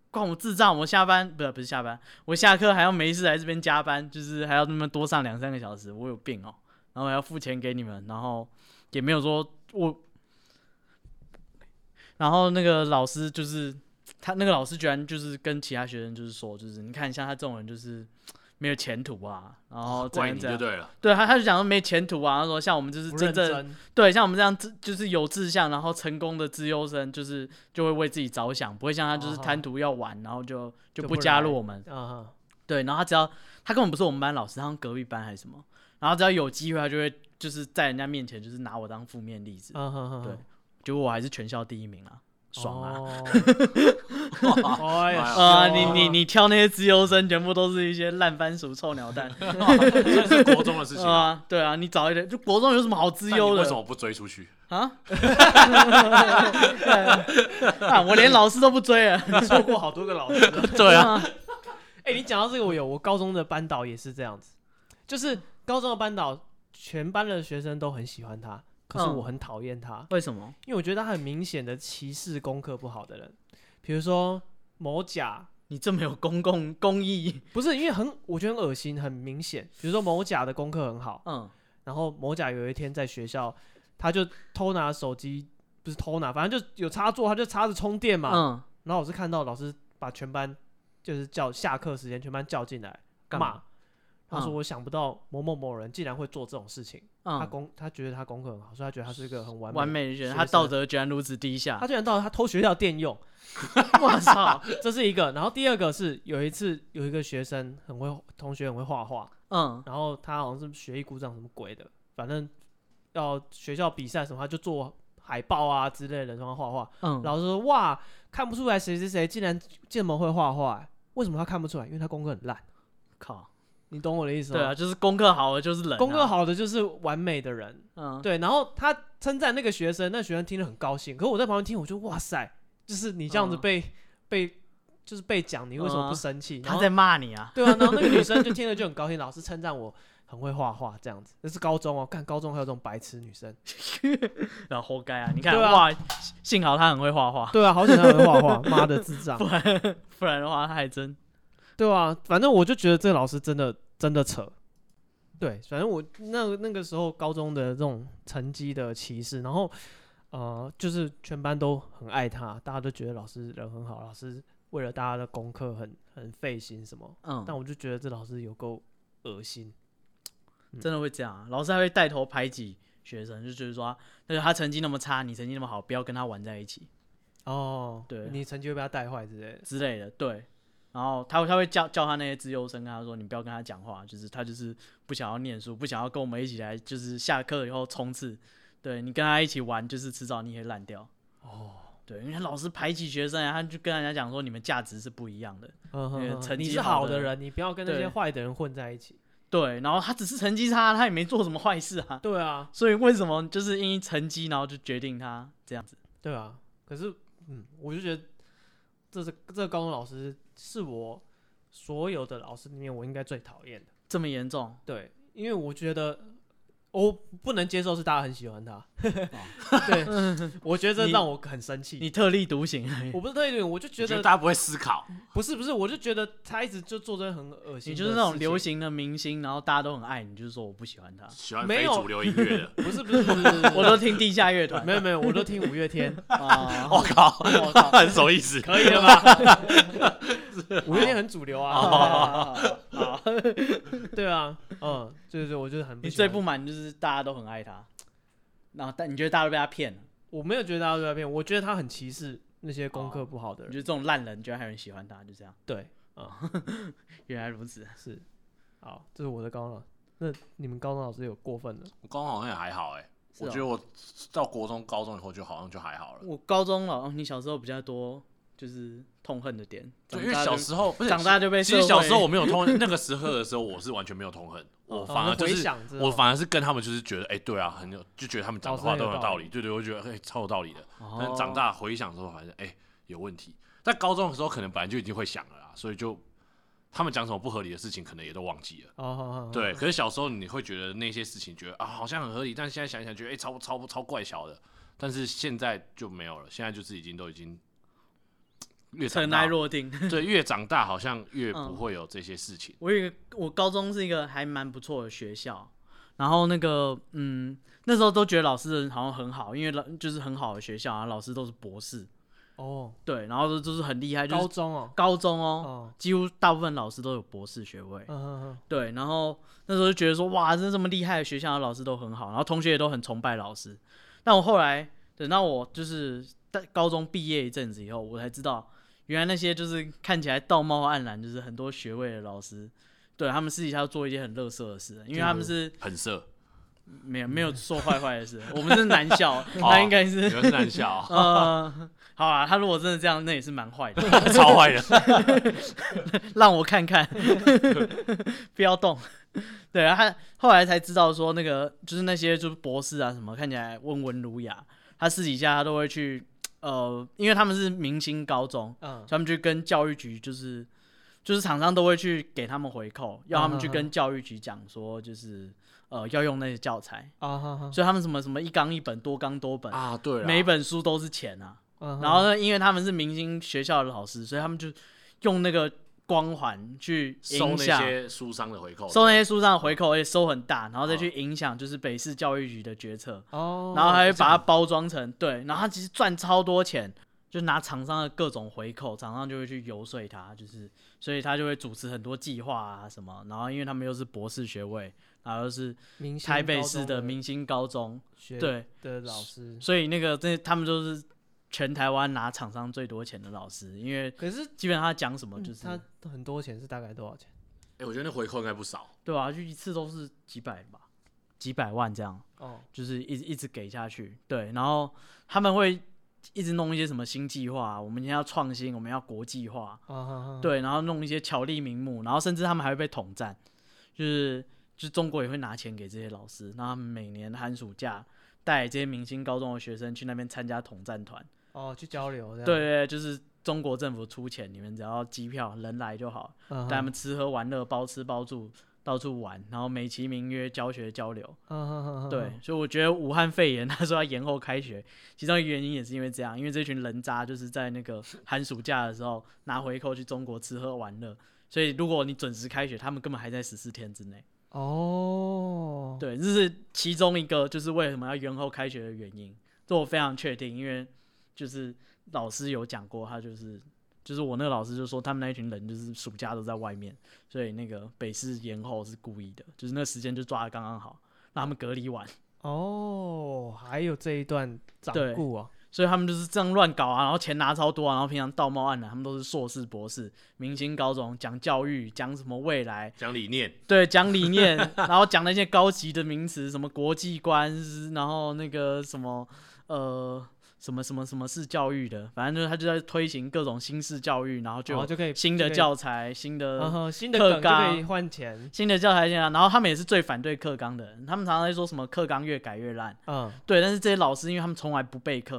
关我智障，我下班不是不是下班，我下课还要没事来这边加班，就是还要那么多上两三个小时，我有病哦、然后还要付钱给你们，然后也没有说我，然后那个老师就是他那个老师居然就是跟其他学生就是说，就是你看像他这种人就是没有前途啊，然后怎
怪
样
你
怎
就
样，
对了， <laughs>
对他他就讲说没前途啊，他说像我们就是
不
真
认
正
真，
对，像我们这样志就是有志向，然后成功的资优生，就是就会为自己着想，不会像他就是
哦
贪图要玩，然后就
就
就不
不
加
来
入我们。
啊
对，然后他只要他根本不是我们班老师，他像隔壁班还是什么，然后只要有机会，他就会就是在人家面前就是拿我当负面例子，
嗯
啊哈，
对结果我还是全校第一名啊，爽啊！
啊！
<laughs>
<laughs> 哎呀，
哦
啊、你
爽
你你挑那些资优生，全部都是一些烂番薯、臭鸟蛋
这 <laughs> 是国中的事情、啊。
啊！对啊，你早一点，就国中有什么好资
但你
优的？
为什么不追出去？
啊！ <laughs> 啊！我连老师都不追啊了。 <laughs>
错过好多个老师。
对啊，
啊，
哎，你讲到这个，我有我高中的班导也是这样子，就是高中的班导，全班的学生都很喜欢他，可是
嗯
我很讨厌他，
为什么？
因为我觉得他很明显的歧视功课不好的人，比如说某甲。
你这么有公共公益？
不是因为很，我觉得很恶心，很明显。比如说某甲的功课很好，
嗯，
然后某甲有一天在学校，他就偷拿手机，不是偷拿，反正就有插座，他就插着充电嘛。
嗯，
然后我是看到老师把全班就是叫下课时间全班叫进来
干
骂
嘛，
他说
嗯
我想不到某某某人竟然会做这种事情，他
嗯，
功他觉得他功课很好，所以他觉得他是一个很完美
完
的人。
美啊人，
学
他
生
道德居然如此低下
他。居然到他偷学校电
<laughs>
用，
我操！
这是一个。然后第二个是有一次有一个学生很会同学很会画画，
嗯
然后他好像是学艺鼓掌什么鬼的，反正要学校比赛什么，他就做海报啊之类的，然后画画。
嗯，
老师说哇，看不出来谁谁谁竟然这么会画画、欸为什么他看不出来？因为他功课很烂，
靠！
你懂我的意思吗？
对啊，就是功课好的就是冷。
功课，好的就是完美的人。
啊嗯，
对，啊然后他称赞那个学生，那学生听得很高兴。可我在旁边听，我就哇塞，就是你这样子
嗯
被、被就是被讲，你为什么
嗯
不生气？然
他
后
<laughs> 在骂你啊。
对啊，然后那个女生就听了就很高兴，老师称赞我很会画画这样子。那是高中哦，看高中还有这种白痴女生。
然后活该啊！你看
对啊
哇，幸好他很会
<laughs>
画画，
对啊，好险她很会画画，妈的智障
不。然不然的话他还真
对啊，反正我就觉得这个老师真的真的扯。对，反正我那那个时候高中的这种成绩的歧视，然后呃，就是全班都很爱他，大家都觉得老师人很好，老师为了大家的功课很很费心什么，
嗯，
但我就觉得这老师有够恶心。
真的会这样、啊，老师还会带头排挤学生，就觉得说，那就他成绩那么差，你成绩那么好，不要跟他玩在一起
哦，
对
你成绩会被他带坏之类的。
之类的。对，然后他会他会叫叫他那些资优生，跟他说，你不要跟他讲话，就是他就是不想要念书，不想要跟我们一起来，就是下课以后冲刺。对你跟他一起玩，就是迟早你也烂掉。
哦，
对，因为他老师排挤学生啊，他就跟人家讲说，你们价值是不一样的。
嗯
因为
哼哼
成
你
绩
是
好
好
的
的人，你不要跟那
对
些坏的人混在一起。
对，然后他只是成绩差，他也没做什么坏事啊。
对啊，
所以为什么就是因为成绩，然后就决定他这样子？
对啊。可是，嗯，我就觉得这是这个高中老师是我所有的老师里面我应该最讨厌的。
这么严重？
对，因为我觉得我不能接受是大家很喜欢他。对，我觉得这
哦你
让我很生气。
你特立独行，
<laughs> 我不是特意，我就觉
觉得
得
大家不会思考，
不是不是，我就觉得他一直就做这很恶心。
你就是那种流。行的明星，然后大家都很爱你，就是说我不喜欢他，
喜欢
没
非
有
主流音乐
<laughs>
的。
不是不是不是不是，
<laughs> 我都听地下乐团
没有没有，我都听五月
<laughs>
天，
啊。
我靠，
我靠
很什么意思？
可以了吧？ <laughs> 五月天很主流啊，
啊！
对啊，嗯，对对，我就是很
<laughs> 你
喜欢
最不，满就是大家都很爱他，然后但你觉得大家都被他骗了，
我没有觉得大家都在骗，我觉得他很歧视那些功课不好的
你
人，
觉得这种烂人居然还有人喜欢他，就这样。
对啊，
原来如此，
是，好，这是我的高中老师，那你们高中老师有过分的？
我高中好像也还好哎、
是
我
哦
觉得我到国中、高中以后就好像就还好了。
我高中了，哦你小时候比较多就是痛恨的点，
对，
长
因为
大就
小时候不是
长大就被
其实
社
小
会
时候我没有痛，那个时候的时候我是完全没有痛恨，我
哦
反而
那
就
回
是
想之后
我反而是跟他们就是觉得，哎，对啊，很有，就觉得他们讲的话
老师
都
很有
很有道
道
理，
理
对对，我就觉得哎超有道理的。
哦
但长大回想之后，发现哎有问题。但高中的时候可能本来就已经会想了啦，所以就他们讲什么不合理的事情，可能也都忘记了。
哦，好好，好，
对，可是小时候你会觉得那些事情觉得啊好像很合理，但现在想一想觉得哎、超超超怪小的，但是现在就没有了，现在就是已经都已经越长
尘
大
埃落定。
对，越长大好像越不
嗯
会有这些事情。
我有一个，我高中是一个还蛮不错的学校，然后那个，嗯，那时候都觉得老师人好像很好，因为老就是很好的学校啊，老师都是博士，
哦，
对，然后都就是很厉害，就
高
是
中哦，
高中哦，
哦，
几乎大部分老师都有博士学位，
嗯嗯嗯，
对，然后那时候就觉得说，哇，这这么厉害的学校，老师都很好，然后同学也都很崇拜老师。但我后来等到我就是在高中毕业一阵子以后，我才知道，原来那些就是看起来道貌岸然，就是很多学位的老师，对他们私底下做一些很乐色的事，因为他们是
很色，
没有没有做坏坏的事，我们是男校，他应该
你
是。
们是男校啊，
呃，好啊，他如果真的这样，那也是蛮坏的。
<laughs> 超坏的。
让我看看， <laughs> 不要动。对，然后他后来才知道说，那个就是那些就是博士啊什么，看起来温文儒雅，他私底下他都会去，呃，因为他们是明星高中，
嗯
所以，他们去跟教育局就是就是厂商都会去给他们回扣，要他们
嗯
去
嗯嗯
跟教育局讲说，就是呃要用那些教材，
啊哈哈，
所以他们什么什么一纲一本，多纲多本，
啊，对啦
每一本书都是钱啊。
嗯
然后呢，因为他们是明星学校的老师，所以他们就用那个光环去
收
影
那
响，
些书商的回扣，
收那些书上的回扣，而且收很大，然后再去影响就是北市教育局的决策，
哦，
然后还会
这
把它
样
包装成对，然后他其实赚超多钱。就拿厂商的各种回扣，厂商就会去游说他，就是，所以他就会主持很多计划啊什么，然后因为他们又是博士学位，然后又是
明星
台北
高
市
中
的
的
明星高中，
学
对，
的老师，
所以那个这他们都是全台湾拿厂商最多钱的老师，因为
可是嗯
基本上他讲什么就是、
他很多钱是大概多少钱？
哎，我觉得那回扣应该不少。
对啊，就一次都是几百吧，几百万这样，
哦，
就是一直一直给下去。对，然后他们会一直弄一些什么新计划，我们今天要创新，我们要国际化，
啊哈哈，
对，然后弄一些巧立名目，然后甚至他们还会被统战，就是就是中国也会拿钱给这些老师，然后他们每年寒暑假带这些明星高中的学生去那边参加统战团。
哦，去交流这样，
对对，对就是中国政府出钱，你们只要机票人来就好，
嗯哼，
带他们吃喝玩乐，包吃包住，到处玩，然后美其名曰教学交流。
嗯哼，嗯哼
对，，所以我觉得武汉肺炎 <laughs> 他说要延后开学，其中一个原因也是因为这样，因为这群人渣就是在那个寒暑假的时候拿回扣去中国吃喝玩乐。所以，如果你准时开学，他们根本还在十四天之内。
哦，
对，这是其中一个，就是为什么要延后开学的原因。这我非常确定，因为就是老师有讲过，他就是就是我那个老师就说，他们那一群人就是暑假都在外面，所以那个北师延后是故意的，就是那个时间就抓的刚刚好，让他们隔离完，
哦，还有这一段掌
对
故啊，
所以他们就是这样乱搞啊，然后钱拿超多啊，然后平常道貌岸然，他们都是硕士、博士、明星高中，讲教育，讲什么未来，
讲理念，
对，讲理念，然后讲那些高级的名词，什么国际观，然后那个什么呃什么什么什么是教育的，反正就是他就在推行各种新式教育，然后就
然后
有
就可以
新的
就可以
教材、新的、
哦嗯哼新的
课
梗就可以
纲
换钱，
新的教材进来，然后他们也是最反对课纲的人，他们常常在说什么课纲越改越烂，
嗯，
对，但是这些老师因为他们从来不备课，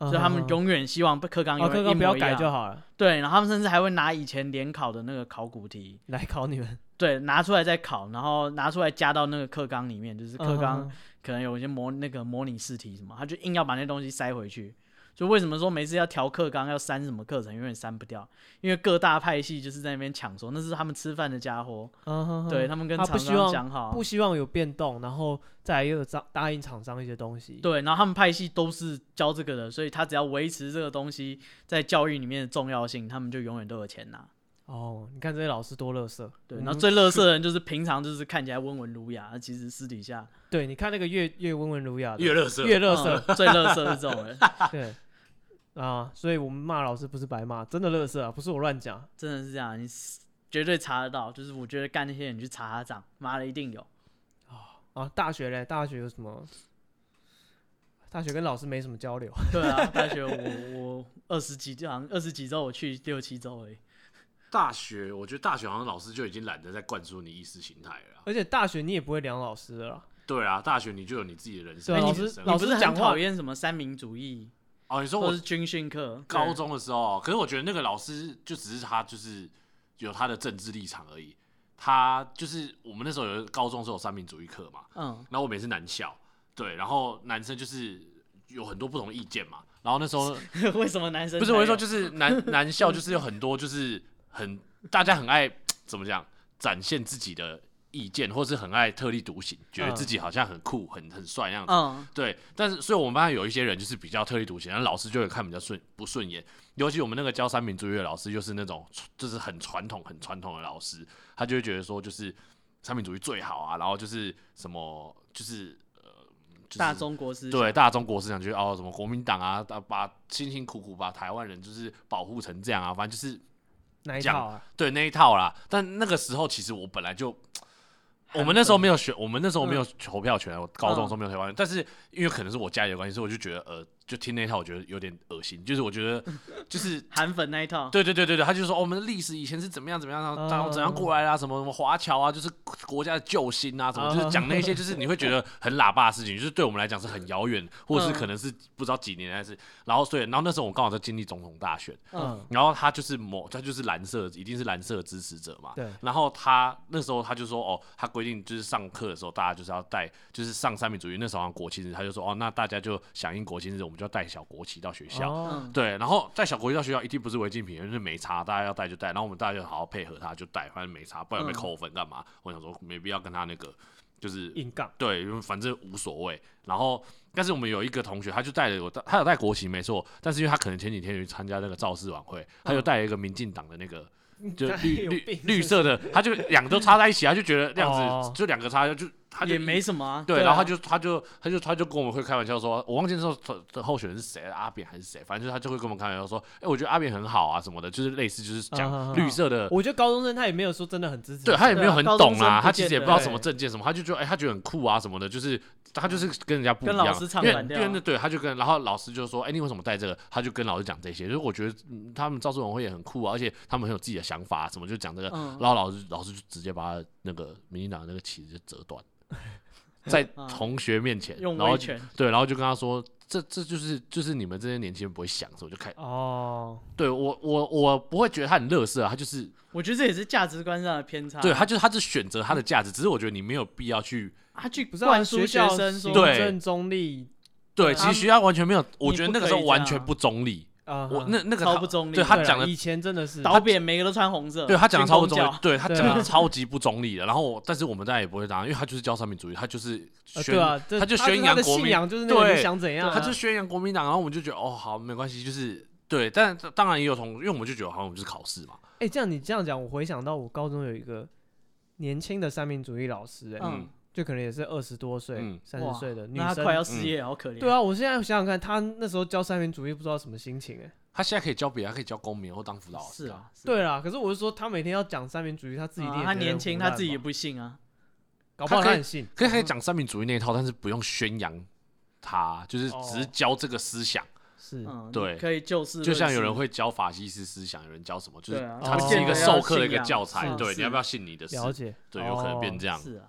所
嗯
以他
哼
们
哼
永远希望被课纲
哦
永
课
远一
纲不要
模一
改就
样，
好了，
对，然后他们甚至还会拿以前联考的那个考古题，
来考你们
对，拿出来再考，然后拿出来加到那个课纲里面，就是
嗯
课纲，可能有一些模那个模拟试题什么，他就硬要把那东西塞回去。所以为什么说每次要调课纲要删什么课程，永远删不掉？因为各大派系就是在那边抢说那是他们吃饭的家伙，
嗯哼哼
对他们跟
他
厂
不希望
商讲好
不，希望有变动，然后再来又答答应厂商一些东西，
对，然后他们派系都是教这个的，所以他只要维持这个东西在教育里面的重要性，他们就永远都有钱拿。
哦，你看这些老师多乐色，
对，
我
然后
们
最乐色的人就是平常就是看起来温文儒雅，其实私底下
对，你看那个越越温文儒雅的，
越乐色，
啊越乐色，
嗯最乐色是这种人，
对。啊，所以我们骂老师不是白骂，真的乐色啊，不是我乱讲。
真的是这样，你是绝对查得到。就是我觉得干那些人你去查他账，妈的一
<laughs>
定有。
啊，大学嘞，大学有什么？大学跟老师没什么交流，
对啊，大学我我二十几好像二十几周我去六七周而已。
大学，我觉得大学好像老师就已经懒得再灌输你意识形态了啊。
而且大学你也不会聊老师的啦。
对啊，大学你就有你自己的人生
对啊，
自
老
己的
师
生活
老
哎你不
师
是
讲
很
话
讨，厌什么三民主义
哦，你说
或
我
是军训课？
高
对
中的时候，可是我觉得那个老师就只是他就是有他的政治立场而已。他就是我们那时候有高中的时候有三民主义课嘛，
嗯， <laughs>
然后我们也是男校，对，然后男生就是有很多不同的意见嘛。然后那时候
为什么男生
不是我是说，
才
就
有
是男男校就是有很多就是很大家很爱怎么讲展现自己的意见，或是很爱特立独行，觉得
嗯
自己好像很酷、很很帅那样子。
嗯
对，但是所以我们班有一些人就是比较特立独行，然后老师就会看比较顺不顺眼。尤其我们那个教三民主义的老师，就是那种就是很传统、很传统的老师，他就会觉得说，就是三民主义最好啊，然后就是什么就是呃，就是、
大中国思想
对大中国思想，就是哦什么国民党啊，啊把辛辛苦苦把台湾人就是保护成这样啊，反正就是
哪一
讲
套啊？
对那一套啦。但那个时候其实我本来就，我们那时候没有选，我们那时候没有投票权，我高中的时候没有投票权。但是因为可能是我家里的关系，所以我就觉得呃，就听那一套，我觉得有点恶心。就是我觉得就是。
韩粉那一套，
对对对对对，他就说、哦我们的历史以前是怎么样怎么样，然后然后怎样过来啦、什么什么华侨啊，就是国家的救星啊，什么就是讲那些就是你会觉得很喇叭的事情，就是对我们来讲是很遥远，或者是可能是不知道几年还是，然后所以然后那时候我刚好在经历总统大选，
嗯
嗯，
然后他就是某，他就是蓝色，一定是蓝色的支持者嘛。
对
然后他那时候他就说，哦，他规定就是上课的时候大家就是要带，就是上三民主义。那时候好像国庆日，他就说，哦，那大家就响应国庆日，我们就要带小国旗到学校。
哦，
嗯，
对，然后带小国旗到学校一定不是违禁品，就是没差，大家要带就带。然后我们大家就好好配合他，就带，反正没差，不然被
嗯
扣分干嘛？我想说没必要跟他那个，就是
硬杠，
对，因为反正无所谓。然后，但是我们有一个同学，他就带了我，他有带国旗没错，但是因为他可能前几天去参加那个造势晚会，他就带了一个民进党的
<laughs>
那个。就绿
嗯有
绿
病
绿色的， <laughs> 他就两个都插在一起，啊他就觉得这样
哦
子就两个插，就他就
也没什么啊。
对，
啊
然后他就他就他就他就跟我们会开玩笑说，我忘记那时候的的候选人是谁，啊阿扁还是谁，反正就是他就会跟我们开玩笑说，哎，我觉得阿扁很好啊什么的，就是类似就是
嗯嗯
讲
嗯
绿色的
我觉得高中生他也没有说真的很支持，
对他也没有很懂
对啊
啊，
高中生不见得
他其实也不知道什么证件什么，他就觉得哎、他觉得很酷啊什么的，就是他就是跟人家不一样，
跟老师唱
因为
反调啊
因为对，他就跟然后老师就说哎、你为什么带这个？他就跟老师讲这些，就是我觉得、嗯他们赵志文会也很酷啊，而且他们很有自己的想法、什么，就讲这个，
嗯
然后老师老师就直接把他那个民进党的那个旗子就折断，
<laughs>
在
嗯
同学面前，
用
然后
威权，
对，然后就跟他说。这这就是就是你们这些年轻人不会想，所以我就开
哦，
对我我我不会觉得他很乐色啊，他就是
我觉得这也是价值观上的偏差。
对他就是他是选择他的价值，只是我觉得你没有必要去
他去
不是啊
灌输学
校
生
行
说，
对
政中立
对，
对
其
他
实学校完全没有，我
你
觉得
不
那个
可
时候
以这
完
样
全
啊
不中立。
啊，
我那那个
超
他
不中立
对他
对啦
讲的，
以前真的是
导扁每个都穿红色，
对他讲的超不中
军
立
工，
对他
对
讲的
啊
超级不中立的。然后我，但是我们大家也不会答，因为他就是教三民主义，他就是
呃
宣
对，啊，这
他就宣
他
扬
的
国
信
民
仰就是那个
对
你想怎样啊，
他就宣扬国民党，然后我们就觉得哦好没关系，就是对，但当然也有同，因为我们就觉得好像我们就是考试嘛，
哎、这样你这样讲，我回想到我高中有一个年轻的三民主义老师、哎、
嗯
就可能也是二十多岁
嗯、
三十
哇
岁的女
那他
生
快。要失业了，好可怜。
对啊，我现在想想看，他那时候教三民主义，不知道什么心情哎、
他现在可以教别人，他可以教公民或当辅导老师
是啊，是啊
对啦，可是我是说，他每天要讲三民主义，他自己一定
啊
也
他
觉得
年轻，
胡
他
乱
自己也
吧
不信啊。
搞不好
他可
他
以
很信。
可以
嗯
可以讲三民主义那一套，但是不用宣扬它，就是只是
哦
教这个思想。
是，
嗯，
对
可以就事论事。
就像有人会教法西斯思想，有人教什么，就是
对啊
它
哦
是一个
不见得
授
要
课的一
信
个
仰
教材。
是
对，
是
你要不要信你的事？
了解。
对，有可能变
哦
这样。
是啊，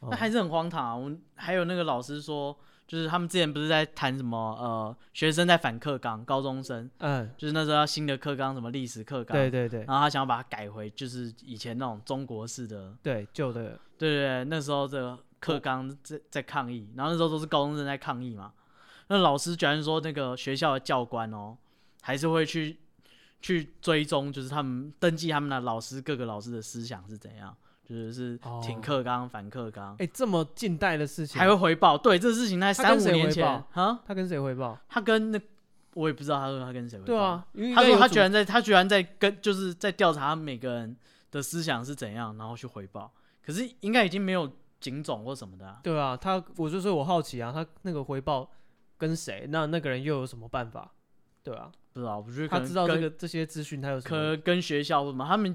哦
那还是很荒唐、啊。我们还有那个老师说，就是他们之前不是在谈什么呃，学生在反课纲，高中生
嗯，
就是那时候要新的课纲，什么历史课纲，
对对对
然后他想要把它改回就是以前那种中国式的，
对，旧的
对对对，那时候的课纲在在抗议，然后那时候都是高中生在抗议嘛。那老师居然说，那个学校的教官哦，还是会去去追踪，就是他们登记他们的老师各个老师的思想是怎样，就是是
哦
挺课纲、反课纲，
哎，这么近代的事情，
还会回报。对，这事情
他
在三
跟
五
谁
年
回
前
报
啊，
他跟谁汇报？
他跟那我也不知道他说他跟谁回报。
对啊，因为
他说他
觉
居
得
然在他居然在跟就是在调查每个人的思想是怎样，然后去回报。可是应该已经没有警种或什么的、啊。
对啊，他我就说我好奇啊，他那个回报跟谁？那那个人又有什么办法？对啊，
不知道，我觉得可
他
能
知道这
跟
个这些资讯，他有什
可
么？
能跟学校什么，他们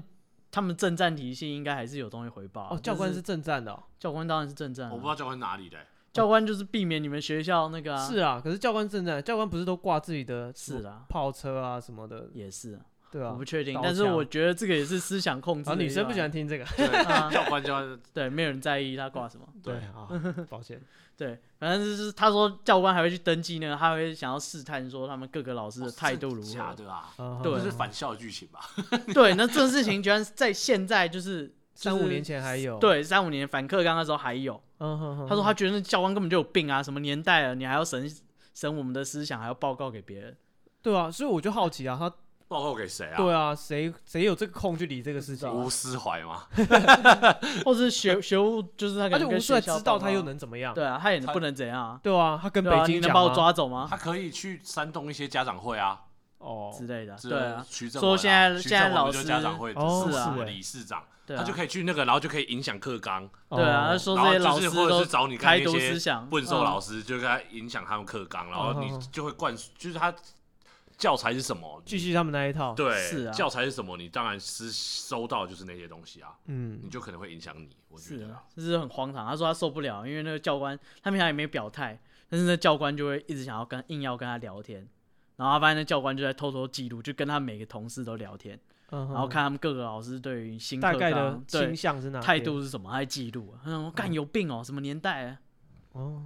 他们正战体系应该还是有东西回报啊、
哦，教官
就是
正战的哦，
教官，当然是正战啊、
我不知道教官哪里 <laughs> 的欸，
教官就是避免你们学校那个、啊、
是啊，可是教官正战，教官不是都挂自己的什么
是啦，
炮车啊什么的？
也是啊、
对啊
我不，确定
刀，
但是
枪
我觉得这个也是思想控制、
然后女生不喜欢，听这个，
<laughs> 啊
对教官教官
对，没有人在意他挂什么，
对
啊，抱歉，
对，反正就是他说教官还会去登记那个，他会想要试探说他们各个老师的态度如
真的
何，
哦假的啊？
嗯
对
这是反校的剧情吧？
对，那这事情居然在现在就是
<laughs> 三五年
前，
前还有，，
对，啊三五年反课纲的时候还有，
嗯哼哼，
他说他觉得那教官根本就有病啊，什么年代了，你还要审审我们的思想，还要报告给别人，
对啊，所以我就好奇啊，他
报告给谁啊？
对啊，谁谁有这个空去理这个事情？
啊
吴思怀吗？
或者是学学务就是他可
而且
能
吴
跟
帅
学
知
校
道
报告
他又能怎么样？
对啊，他也
他
不能怎样啊，
对啊，他跟
对
北
啊，你
京
能
讲
把我
吗
抓走吗
他可以去煽动一些家长会啊，
哦，
之类的？
之
对啊，
徐正
说
伟啊
现在
徐
现在
正伟
老
不就
师
家长会
哦
是
是啊
什么理事长，
对
他
啊
就，可以去那个，然后就可以影响课纲，
对啊，他
哦
说
然后
这些
就
老
是
师
或者
都
是找你看
台
那
独
些
思想，嗯
笨兽老
师，
师，就给他影响他们课纲，然
嗯
后
哼
你
哼
就会灌输，就是他教材是什么，
继续他们那一套，
对，
是啊
教材是什么，你当然是收到就是那些东西啊，你
嗯，
就可能会影响你，我觉
是
得
啊，这是很荒唐。他说他受不了，因为那个教官他平常也没表态，但是那教官就会一直想要跟硬要跟他聊天，然后他发现那教官就在偷偷记录，就跟他每个同事都聊天，
然
然后看他们各个老师对于新
哦大
课
概的啊
纲对啊
倾向是哪
态
边？
度是什么，他还记录啊。嗯，我干有病哦，什么年代啊？
哦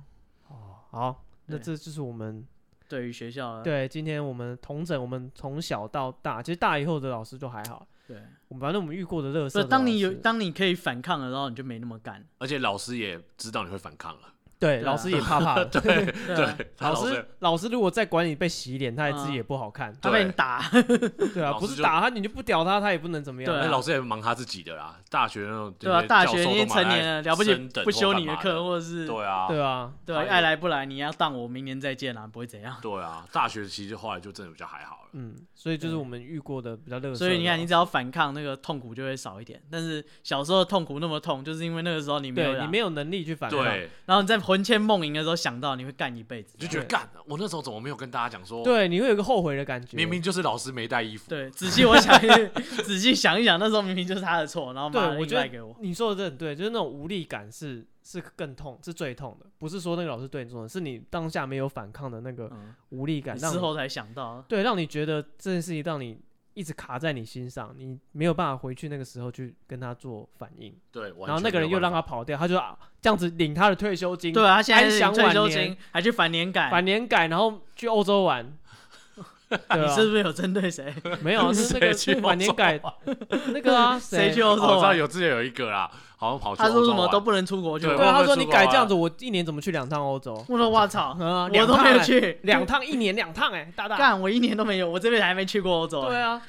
哦，好，那
对
这就是我们
对于学校啊的
对今天我们同整，我们从小到大，其实大以后的老师就还好，
对，
我们反正我们遇过的乐
不
色的
是
老师，
当你有当你可以反抗了，然后你就没那么干。
而且老师也知道你会反抗了，
对
对啊
老师也怕怕的，
<laughs> 对啊，
他
老师老师如果再管你被洗脸，他也自己
嗯
也不好看，
他被你打，
对啊，
老
不
师
是
就
打他你就不屌他，他也不能怎么样
对啊
哎，老师也忙他自己的啦，大学那种
对啊，
那些
大
教
学
授
你
都
也
忙
成年
来
了，了不起
升等
不
或
修
干
你的
嘛
课，或者是
对啊，
对啊，
对啊，
他也
爱来不来，你要当我明年再见啊，不会怎样。
对啊，大学其实后来就真的比较还好了。
嗯，所以就是
对
我们遇过的比较乐色的老师，
所以你看，你只要反抗，那个痛苦就会少一点。但是小时候的痛苦那么痛，就是因为那个时候你没有
对
啦，
你没有能力去反抗，
啊对，
然后你在魂牵梦萦的时候想到，你会干一辈子
你。就觉得
对
干，我那时候怎么没有跟大家讲说，
对，你会有一个后悔的感觉。
明明就是老师没带衣服，
对，仔细我想一， <laughs> 仔细想一想，那时候明明就是他的错，然后妈
对
的
我
硬
觉得
赖给我。
你说的这很对，就是那种无力感是是更痛，是最痛的。不是说那个老师对你做的，是你当下没有反抗的那个
嗯，
无力感，
你
让
事
你
后才想到，
对让你觉得这件事情让你一直卡在你心上，你没有办法回去那个时候去跟他做反应。
对，完
然后
全
那个
没
人又
有办
让
法
他跑掉，他就、啊、这样子领他的退休金，
对啊，他现在
安
是
享
退
晚
休
年
金，还去反年改，
反年改，然后去欧洲
<laughs>
玩。对
你
啊
是不是有针对
<laughs>
谁？
没
<laughs>
有，啊是那个
谁去
反年
欧洲
改 <laughs> 那个啊，
谁去
啊
哦
欧
我
洲
知道
玩？
有之前有一个啦，好像跑去
他说
欧洲
什么
玩
都不能出国去
对
对啊，
玩。
他
我
说
会
你
说
改
啊
这样子，我一年怎么去两趟欧洲？
我说我操，
啊，
我
两
都
趟
没有
欸
去，
<laughs> 两趟一年两趟哎、大大。
干，我一年都没有，我这辈子还没去过欧洲。
对
<laughs>
啊，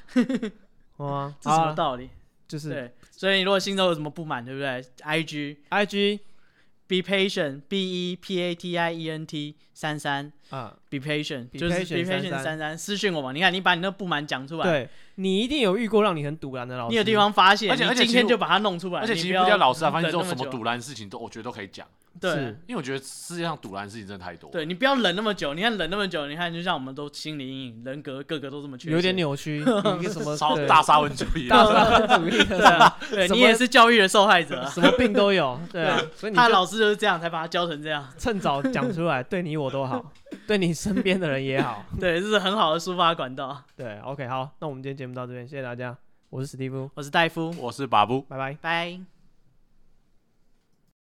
哇，
这什么
啊，
道理？
就是
对，所以你如果心中有什么不满，对不对？I G
I G
be patient b e p a t i e n t 三三
啊，
Be patient，
Be
就是 Be
patient
patient
33
三三私讯我嘛。你看，你把你那不满讲出来，
对你一定有遇过让你很堵然的老师，
你有地方发现，
而且
你
而且
今
其实
天
我
就把它弄出来，
而且
你
其
不
实
要
不叫老师啊，
等
反正这
那
种
么
什么
久
堵拦事情都，我觉得都可以讲，
对
是
因为我觉得世界上堵拦事情真的太多。
对，你不要忍那么久。你看忍那么久，你看就像我们都心理阴影，人格各个都这么缺陷，
有点扭
<laughs>
曲，一个什么
超
对
大沙文主义，啊
大
<laughs>
三主义的什么
对
什
你
么
也是教育的受害者
<laughs> 。什么病都有，对啊，所以你
他
就
老师就是这样才把他教成这样，
趁早讲出来，对你我都好，对你身边的人也好。
对，这是很好的抒发管道。
对，OK，好，那我们今天节目到这边，谢谢大家，我是史蒂夫，
我是戴夫，
我是把布。
拜拜。
拜。